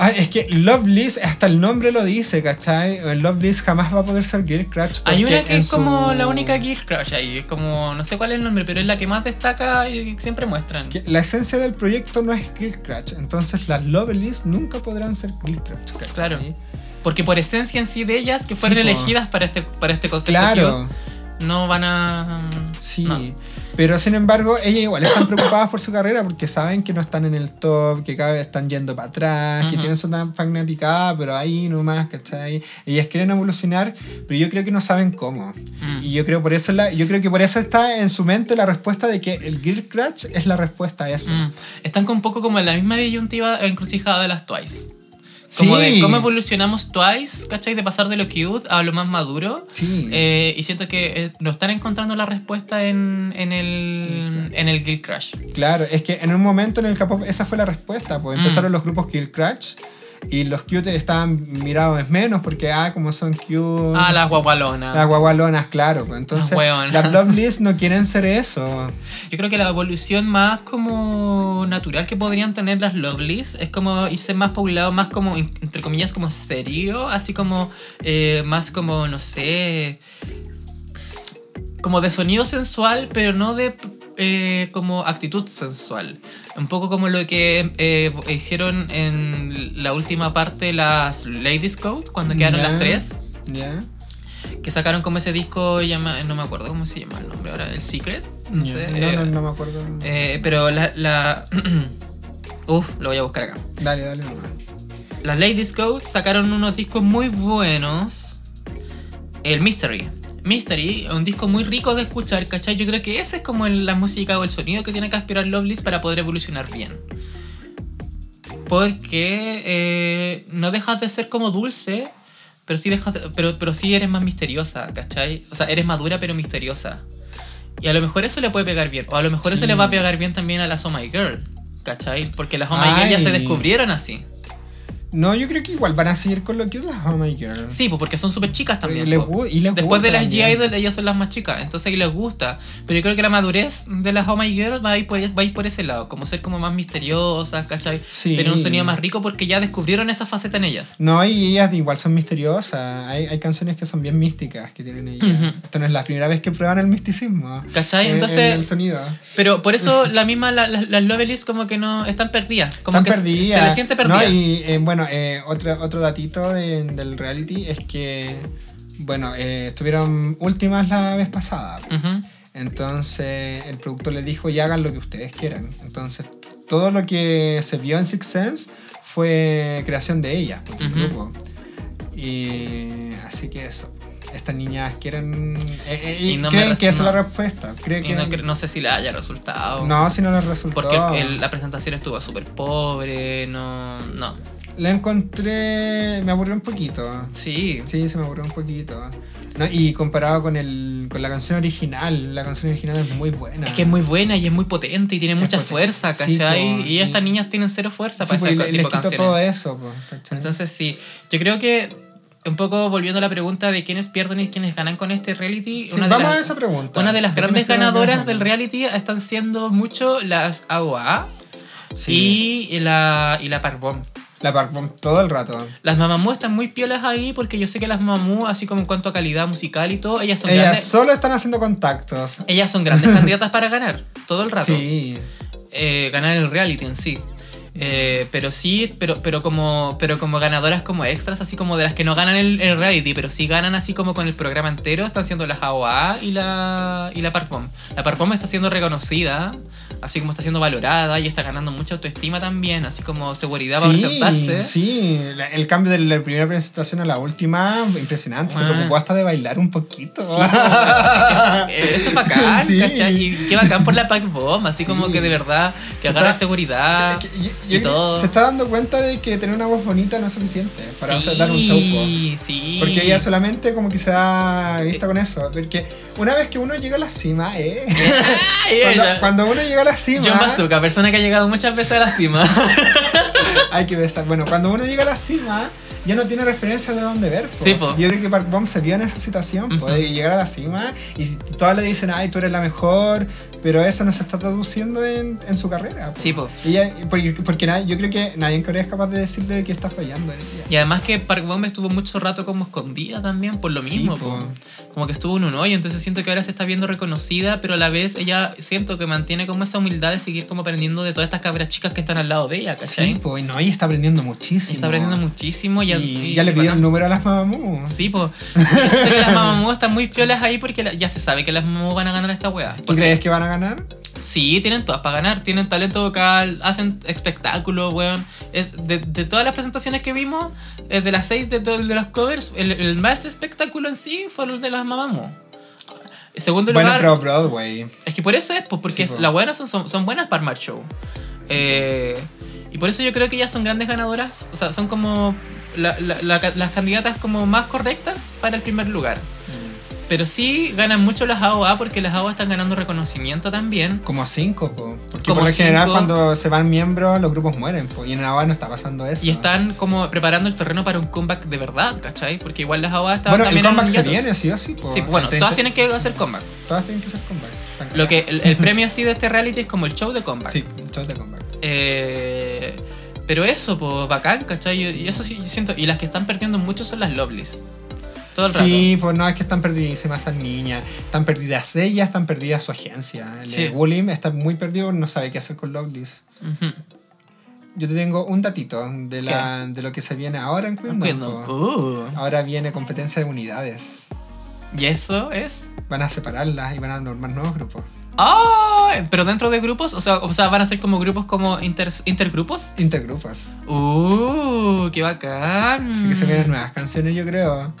C: Ay, Ah, es que Loveless, hasta el nombre lo dice, ¿cachai? Loveless jamás va a poder ser Girl Crush.
B: Hay
C: porque
B: una que
C: en
B: es como
C: su-
B: la única Guild Crush ahí. Es como, no sé cuál es el nombre, pero es la que más destaca y que siempre muestran.
C: que la esencia del proyecto no es Guild Crush, entonces las Lovelies nunca podrán ser Guild Crush. ¿cachai?
B: Claro. Porque por esencia en sí de ellas, que fueron
C: Sí, po.
B: elegidas para este, para este concepto,
C: Claro,
B: cute, no van a.
C: sí.
B: no.
C: Pero sin embargo, ellas igual están preocupadas por su carrera porque saben que no están en el top, que cada vez están yendo para atrás, que
B: Ujú.
C: tienen su tan fanaticada, pero ahí nomás, ¿cachai? Ellas quieren evolucionar, pero yo creo que no saben cómo.
B: Mm.
C: Y yo creo, por eso la, yo creo que por eso está en su mente la respuesta de que el Guild Crush es la respuesta a eso.
B: Mm. Están con un poco como en la misma disyuntiva eh, encrucijada de las Twice. Como de cómo evolucionamos Twice, ¿cachai? De pasar de lo cute a lo más maduro.
C: Sí.
B: Eh, y siento que eh, no están encontrando la respuesta en, en el, en el Guild Crush.
C: Claro, es que en un momento en el K-pop esa fue la respuesta, pues
B: Mm.
C: empezaron los grupos Kill Crush y los cute estaban mirados en menos porque, ah, como son cute.
B: Ah, las guagualonas.
C: Las guagualonas, claro. pues, Entonces,
B: Las hueonas.
C: las Lovelies no quieren ser eso.
B: Yo creo que la evolución más como natural que podrían tener las lovelies es como irse más por un lado, más como, in- entre comillas, como serio, así como, eh, más como, no sé, como de sonido sensual, pero no de eh, como actitud sensual. Un poco como lo que eh, hicieron en la última parte las Ladies Code, cuando quedaron
C: Ya.
B: las tres,
C: ¿Ya?
B: que sacaron como ese disco, llama, no me acuerdo cómo se llama el nombre ahora, El Secret, no
C: Ya.
B: sé.
C: no,
B: eh,
C: no, no me acuerdo.
B: eh, pero la, la- Uf, lo voy a buscar acá.
C: Dale, dale nomás.
B: Las Ladies Code sacaron unos discos muy buenos. El Mystery. Mystery, un disco muy rico de escuchar, ¿cachai? Yo creo que esa es como el- la música o el sonido que tiene que aspirar Loveless para poder evolucionar bien. Porque eh, no dejas de ser como dulce, pero sí, dejas de- pero, pero sí eres más misteriosa, ¿cachai? O sea, eres madura pero misteriosa. Y a lo mejor eso le puede pegar bien. O a lo mejor eso
C: Sí.
B: le va a pegar bien también a las Oh My Girl, ¿cachai? Porque las Oh My Girl ya
C: Ay.
B: se descubrieron así.
C: No, yo creo que igual van a seguir con lo cute las Oh My Girl.
B: Sí, pues porque son súper chicas también.
C: Y les
B: po.
C: gu- y les
B: Después de
C: gusta
B: las G
C: también.
B: Idol, ellas son las más chicas, entonces ahí les gusta. Pero yo creo que la madurez de las Oh My Girl va a ir por, va a ir por ese lado, como ser como más misteriosas, ¿cachai?
C: Sí.
B: Tener un sonido más rico porque ya descubrieron esa faceta en ellas.
C: No, y ellas igual son misteriosas. Hay, hay canciones que son bien místicas que tienen ellas.
B: Ujú.
C: Esto no es la primera vez que prueban el misticismo.
B: ¿Cachai?
C: En-
B: Entonces-
C: en el sonido.
B: Pero por eso la misma, la- la- las Lovelies como que no están perdidas. Como
C: Están
B: que se-
C: perdidas.
B: Se les siente perdida.
C: No, y eh, bueno, eh, otro, otro datito de- del reality es que, bueno, eh, estuvieron últimas la vez pasada.
B: Ujú.
C: Entonces el productor les dijo, ya hagan lo que ustedes quieran. Entonces t- todo lo que se vio en Six Sense fue creación de ellas, pues, del
B: Ujú.
C: grupo. Y así que eso. Estas niñas quieren... eh, eh,
B: Y
C: y
B: no me
C: creen
B: res-
C: que esa es
B: no.
C: la respuesta. Creen
B: Y
C: que-
B: no, cre- no sé si le haya resultado.
C: no, si no les resultó.
B: Porque el- la presentación estuvo súper pobre, no, no.
C: La encontré. Me aburrió un poquito.
B: Sí.
C: Sí, se me aburrió un poquito. No, y comparado con, el, con la canción original, la canción original es muy buena.
B: Es que es muy buena y es muy potente y tiene
C: Ah. Es
B: mucha
C: potente.
B: fuerza,
C: Sí,
B: ¿cachai?
C: po,
B: y estas
C: y-
B: niñas tienen cero fuerza
C: Sí,
B: para
C: pues,
B: ese
C: y le-
B: tipo
C: les
B: de
C: quitó
B: canciones.
C: todo eso. po, ¿cachai?
B: Entonces sí, yo creo que un poco volviendo a la pregunta de quiénes pierden y quiénes ganan con este reality,
C: Sí,
B: una, de
C: vamos a
B: las,
C: esa pregunta.
B: una de las
C: ¿Qué tienes
B: grandes
C: que ganar
B: ganadoras
C: con-
B: del reality están siendo mucho las AOA
C: Sí,
B: y la, y la Parvón.
C: La Park Bom todo el rato.
B: Las mamamú están muy piolas ahí porque yo sé que las mamamú, así como en cuanto a calidad musical y todo, ellas son,
C: Ellas
B: grandes,
C: solo están haciendo contactos.
B: ellas son grandes candidatas para ganar todo el rato.
C: Sí.
B: eh, ganar el reality en sí. Eh, pero sí, pero, pero, como, pero como ganadoras como extras, así como de las que no ganan el, el reality, pero sí ganan así como con el programa entero, están siendo las AOA y la, y la Parpom. La Parpom está siendo reconocida, así como está siendo valorada y está ganando mucha autoestima también, así como seguridad para presentarse.
C: Sí, sí. La- el cambio de la primera presentación a la última, impresionante. Se
B: Guau.
C: preocupó hasta de bailar un poquito.
B: Ah. Sí, pues, como- eh, Eso es bacán,
C: Sí.
B: ¿cachai? Y qué bacán por la Parpom, así como
C: Sí.
B: que de verdad, que
C: Se
B: agarra
C: está-
B: seguridad.
C: Sí, es que- yo-
B: Ah, y
C: yo creo que
B: todo.
C: Se está dando cuenta de que tener una voz bonita no es suficiente para
B: Sí,
C: hacer- dar un show. po.
B: sí. Eh,
C: Porque ella solamente como que se da vista con eso. Porque una vez que uno llega a la cima, eh.
B: Ay,
C: cuando,
B: ella.
C: cuando uno llega a la cima.
B: John Bazooka, persona que ha llegado muchas veces a la cima.
C: Hay que besar. Bueno, cuando uno llega a la cima, ya no tiene referencia de dónde ver. po.
B: Sí, po.
C: Yo creo que Park Bomb se vio en esa situación, po,
B: Ujú.
C: de llegar a la cima y si- todas le dicen, ay, tú eres la mejor, pero eso no se está traduciendo en, en su carrera. po.
B: Sí, po.
C: Ella- porque porque nadie- yo creo que nadie en Corea es capaz de decirle que está fallando en ella.
B: Y además que Park Bomb estuvo mucho rato como escondida también por lo
C: Sí,
B: mismo.
C: po.
B: po. Como que estuvo en un hoyo, entonces siento que ahora se está viendo reconocida, pero a la vez ella siento que mantiene como esa humildad de seguir como aprendiendo de todas estas cabras chicas que están al lado de ella, ¿cachai?
C: Sí, po, y no, y está aprendiendo muchísimo.
B: está aprendiendo muchísimo y,
C: Y,
B: y-
C: ya le
B: y
C: pidió el
B: bacán.
C: número a las mamamoo.
B: Sí, pues. Yo siento que las mamamú están muy piolas ahí porque la- ya se sabe que las mamamú van a ganar esta wea.
C: ¿Tú crees que van a ganar?
B: Sí, tienen todas para ganar, tienen talento vocal, hacen espectáculo, weón. Es de, de todas las presentaciones que vimos, eh, de las seis de, to- de los covers, el, el más espectáculo en sí fue el de las Mamamoo. En segundo
C: Bueno,
B: lugar,
C: pero Broadway.
B: es que por eso es, pues, porque
C: Sí, po.
B: las buenas son, son, son buenas para armar show. Eh, y por eso yo creo que ellas son grandes ganadoras, o sea, son como la- la- la- las candidatas como más correctas para el primer lugar.
C: Mm.
B: Pero sí ganan mucho las AOA porque las AOA están ganando reconocimiento también.
C: Como cinco, po. porque
B: Como
C: por lo general
B: cinco.
C: cuando se van miembros los grupos mueren, po. y en Nava no está pasando eso.
B: Y están como preparando el terreno para un comeback de verdad, ¿cachai? Porque igual las AOA estaban
C: bueno, el
B: también en
C: comeback
B: un
C: se
B: hiatus.
C: viene, pues, sí o sí. Po.
B: Sí, bueno,
C: El 30
B: todas tienen que hacer comeback.
C: todas tienen que hacer comeback. Están
B: Lo que
C: cagadas.
B: el, el premio así de este reality es como el show de comeback.
C: Sí, shows de comeback.
B: Eh, pero eso, pues bacán, ¿cachai? Y- Y eso sí yo siento. Y las que están perdiendo mucho son las Lovelies. Todo el rato.
C: Sí, pues no, es que están perdidísimas esas niñas. Están perdidas ellas, están perdidas su agencia. El
B: Sí.
C: William está muy perdido, no sabe qué hacer con Lovelace.
B: Ujú.
C: Yo te tengo un datito de, la, de lo que se viene ahora en Queendom.
B: Entiendo.
C: po.
B: Uh,
C: Ahora viene competencia de unidades.
B: y eso es.
C: Van a separarlas y van a normar nuevos grupos.
B: ¡Ah! Pero dentro de grupos, o sea, o sea, van a ser como grupos como inter, intergrupos.
C: Intergrupos.
B: ¡Uh! ¡Qué bacán!
C: Así que se vienen nuevas canciones, yo creo.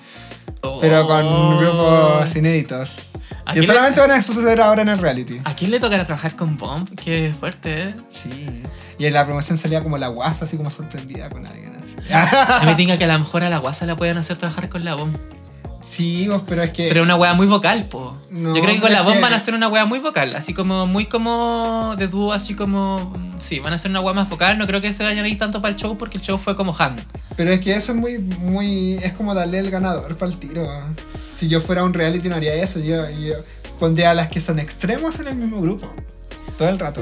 B: Oh.
C: Pero con grupos inéditos.
B: ¿A
C: Que
B: quién le-
C: solamente van a suceder ahora en el reality.
B: ¿A quién le tocará trabajar con Bomb? Qué fuerte, ¿eh?
C: Sí. Y en la promoción salía como la guasa, así como sorprendida con alguien. así.
B: A mí tenga que a lo mejor a la guasa la puedan hacer trabajar con la Bomb.
C: sí, vos, pero es que.
B: Pero una wea muy vocal, po.
C: No,
B: Yo creo que con
C: pero
B: la
C: es
B: Bomb
C: que-
B: van a hacer una wea muy vocal. Así como, muy como de dúo, así como. Sí, van a hacer una wea más vocal. No creo que se vayan a ir tanto para el show porque el show fue como Han.
C: Pero es que eso es muy, muy. Es como darle el ganador para el tiro. Si yo fuera un reality no haría eso. Yo, yo pondría a las que son extremos en el mismo grupo. Todo el rato.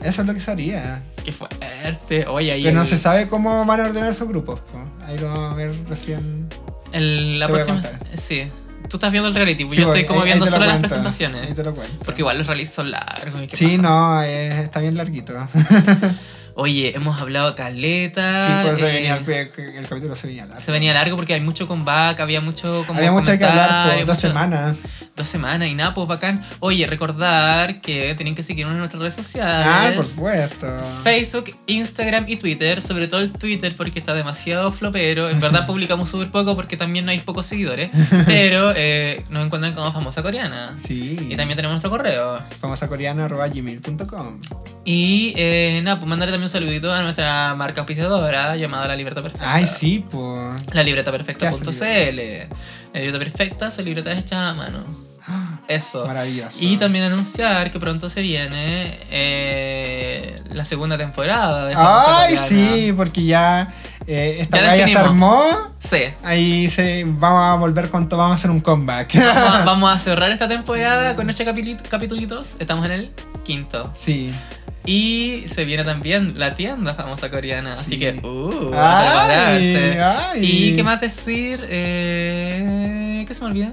C: Eso es lo que se haría.
B: Qué fuerte. Oye, ahí.
C: Pero no
B: el-
C: se sabe cómo van a ordenar sus grupos. po. Ahí lo vamos a ver recién.
B: el- la
C: Te voy a
B: próxima.
C: contar.
B: Sí. Tú estás viendo el reality, pues
C: Sí,
B: yo
C: po,
B: estoy como
C: ahí- ahí
B: viendo
C: te lo
B: solo las
C: cuento,
B: presentaciones.
C: Ahí te lo cuento.
B: Porque igual los realities son largos. y qué
C: Sí,
B: paja.
C: no, eh, está bien larguito. Sí,
B: Oye, hemos hablado caleta.
C: pues se
B: eh,
C: venía, el, el capítulo se venía largo.
B: se venía largo porque hay mucho comeback, había mucho como
C: Había mucho que hablar
B: comentario,
C: por dos
B: mucho-
C: semanas.
B: Dos semanas y nada, pues bacán. Oye, recordar que tienen que seguirnos en nuestras redes sociales.
C: Ah, por supuesto.
B: Facebook, Instagram y Twitter, sobre todo el Twitter porque está demasiado flopero. En verdad publicamos súper poco porque también hay pocos seguidores, pero eh, nos encuentran como famosa coreana.
C: Sí.
B: Y también tenemos nuestro correo.
C: famosacoreana.gmail.com
B: Y eh, nada, pues mandarle también un saludito a nuestra marca auspiciadora llamada La Libertad Perfecta.
C: Ay, sí, por.
B: La
C: ¿Qué
B: libretaperfecta.cl.
C: hace
B: La libreta perfecta son libretas hechas a mano. Eso.
C: Maravilloso.
B: Y también anunciar que pronto se viene eh, la segunda temporada de Famosa
C: Ay,
B: Italiana.
C: sí, porque ya eh, esta
B: Ya
C: ya se
B: definimos.
C: armó.
B: Sí.
C: Ahí se, vamos a volver con todo, vamos a hacer un comeback.
B: Vamos a, vamos a cerrar esta temporada con ocho capili- capitulitos. Estamos en el quinto.
C: sí.
B: Y se viene también la tienda famosa coreana. Así
C: Sí.
B: que, uh, a
C: Ay,
B: prepararse.
C: ay.
B: ¿Y qué más decir? Eh, ¿Qué se me olvida?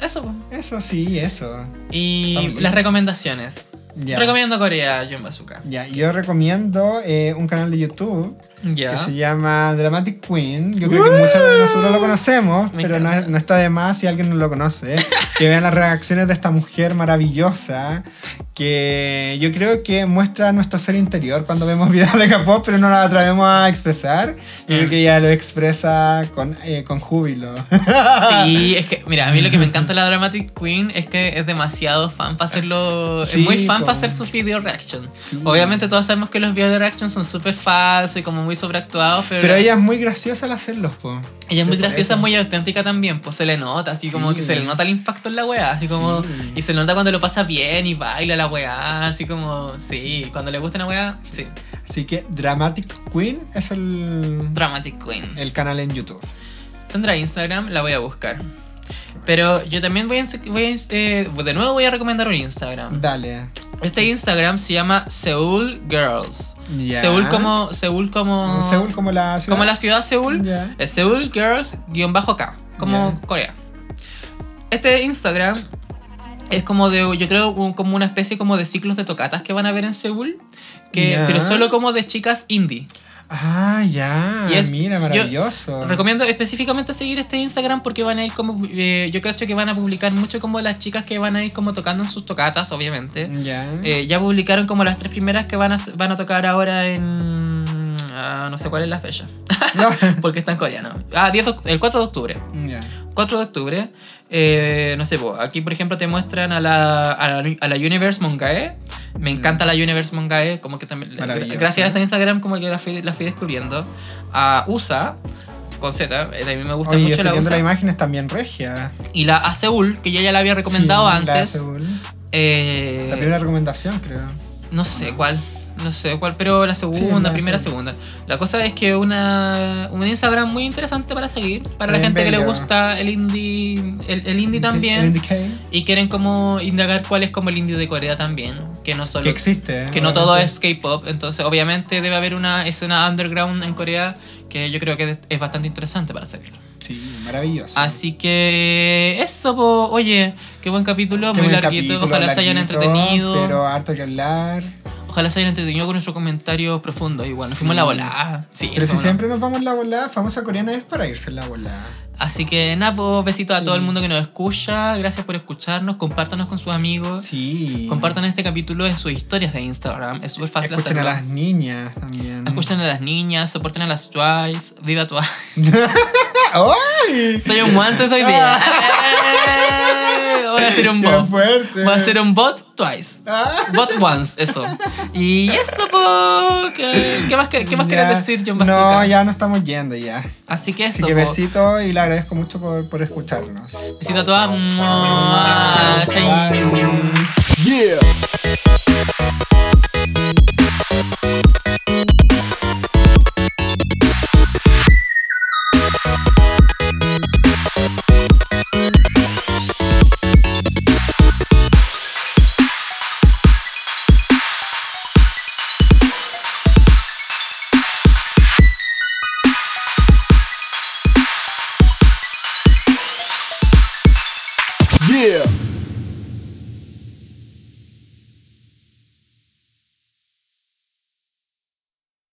B: Eso. po.
C: Eso sí, eso.
B: Y
C: También.
B: las recomendaciones.
C: Ya.
B: Recomiendo Corea, John Bazooka.
C: Ya, yo recomiendo eh, un canal de YouTube
B: Ya.
C: que se llama Dramatic Queen. Yo creo que muchos de nosotros lo conocemos,
B: Me
C: pero no,
B: encanta.
C: no está de más si alguien no lo conoce. que vean las reacciones de esta mujer maravillosa, que yo creo que muestra nuestro ser interior cuando vemos videos de K-pop, pero no nos atrevemos a expresar. Yo creo
B: Mm.
C: que ella lo expresa con, eh, con júbilo.
B: Sí, es que, mira, a mí lo que me encanta de la Dramatic Queen es que es demasiado fan para hacerlo.
C: Sí,
B: es muy fan
C: como-
B: para hacer sus video reaction.
C: Sí.
B: Obviamente, todos sabemos que los videos de reaction son súper falsos y como muy sobreactuados, pero,
C: Pero ella es muy graciosa al hacerlos, po.
B: ella es muy
C: por
B: graciosa,
C: eso.
B: muy auténtica también. Pues se le nota, así como
C: Sí.
B: que se le nota el impacto en la weá, así como.
C: Sí.
B: Y se le nota cuando lo pasa bien y baila la weá, así como. Sí, cuando le gusta una weá, sí.
C: Así que Dramatic Queen es el,
B: Dramatic Queen.
C: el canal en YouTube.
B: Tendrá Instagram, la voy a buscar. Pero yo también voy a, ins- voy a ins- eh, de nuevo voy a recomendar un Instagram.
C: Dale.
B: Este Instagram se llama Seoul Girls.
C: Ya.
B: Seúl como Seúl como
C: Seúl como la ciudad.
B: como la ciudad Seúl.
C: Ya.
B: Es Seúl Girls guión bajo K, como
C: Ya.
B: Corea. Este Instagram es como de yo creo un- como una especie como de ciclos de tocatas que van a ver en Seúl, que
C: Ya.
B: pero solo como de chicas indie.
C: Ah, ya.
B: Y es-
C: Mira,
B: yo
C: maravilloso.
B: Recomiendo específicamente seguir este Instagram porque van a ir como. eh, yo creo que van a publicar mucho como las chicas que van a ir como tocando en sus tocatas, obviamente.
C: Ya.
B: Eh, ya publicaron como las tres primeras que van a, van a tocar ahora en. ah, no sé cuál es la fecha. Porque está en coreano. Ah, 10 de oct- el 4 de octubre.
C: ya.
B: 4 de octubre. eh, no sé, po, aquí por ejemplo te muestran a la, a la, a la Universe Mongae. Me encanta la Universe Mongae. Como que también.
C: Mm. Maravillosa.
B: Gracias a este Instagram, como que la fui, la fui descubriendo. A USA. Con Z, eh, también me gusta
C: Oye, yo
B: mucho
C: estoy
B: la
C: viendo
B: USA.
C: las imágenes también regia.
B: y la a Seúl, que yo ya la había
C: Sí,
B: recomendado
C: la
B: antes.
C: Seúl.
B: eh,
C: La primera recomendación, creo.
B: no sé cuál. No sé cuál, pero la segunda,
C: la
B: primera,
C: segunda.
B: segunda. La cosa es que una un Instagram muy interesante para seguir. Para la
C: Bien
B: gente que le
C: bello.
B: gusta el indie. El, el indie también.
C: El Indicate,
B: Y quieren como indagar cuál es como el indie de Corea también. Que no solo.
C: Que existe.
B: que no todo
C: obviamente.
B: es K-pop. Entonces, obviamente, debe haber una escena underground en Corea que yo creo que es bastante interesante para seguir.
C: Sí, maravilloso.
B: Así que. Eso, po. oye, qué buen capítulo,
C: Qué
B: muy
C: buen
B: larguito.
C: capítulo,
B: Ojalá se hayan
C: larguito,
B: entretenido.
C: Pero harto que hablar.
B: Ojalá se hayan entretenido con nuestros comentarios profundos. Igual, nos fuimos
C: Sí.
B: la volada. Sí,
C: Pero si
B: cómo no.
C: siempre nos vamos en la volada, famosa coreana es para irse en la volada.
B: Así que nada, po, besito a
C: Sí.
B: todo el mundo que nos escucha. Gracias por escucharnos. Compártanos con sus amigos.
C: Sí.
B: Compartan este capítulo en sus historias de Instagram. Es súper fácil
C: Escuchen a
B: hacerlo.
C: las niñas también.
B: Escuchen a las niñas, soporten a las Twice, viva Twice.
C: ¡Ay!
B: Soy un once desde hoy día. ¡Eh! Voy a ser un
C: Ah. ¡Qué
B: bot.
C: fuerte!
B: Voy a ser un bot Twice.
C: Ah.
B: Bot once, eso. Y eso, po. ¿Qué, qué más, que- qué más
C: Ya.
B: quieres decir, John Bazooka?
C: No, ya no estamos yendo ya.
B: Así que
C: Así
B: eso,
C: que
B: po.
C: besito y le agradezco mucho por, por escucharnos.
B: Besito a todas. Mua. Chai.
C: Bye.
A: Yeah.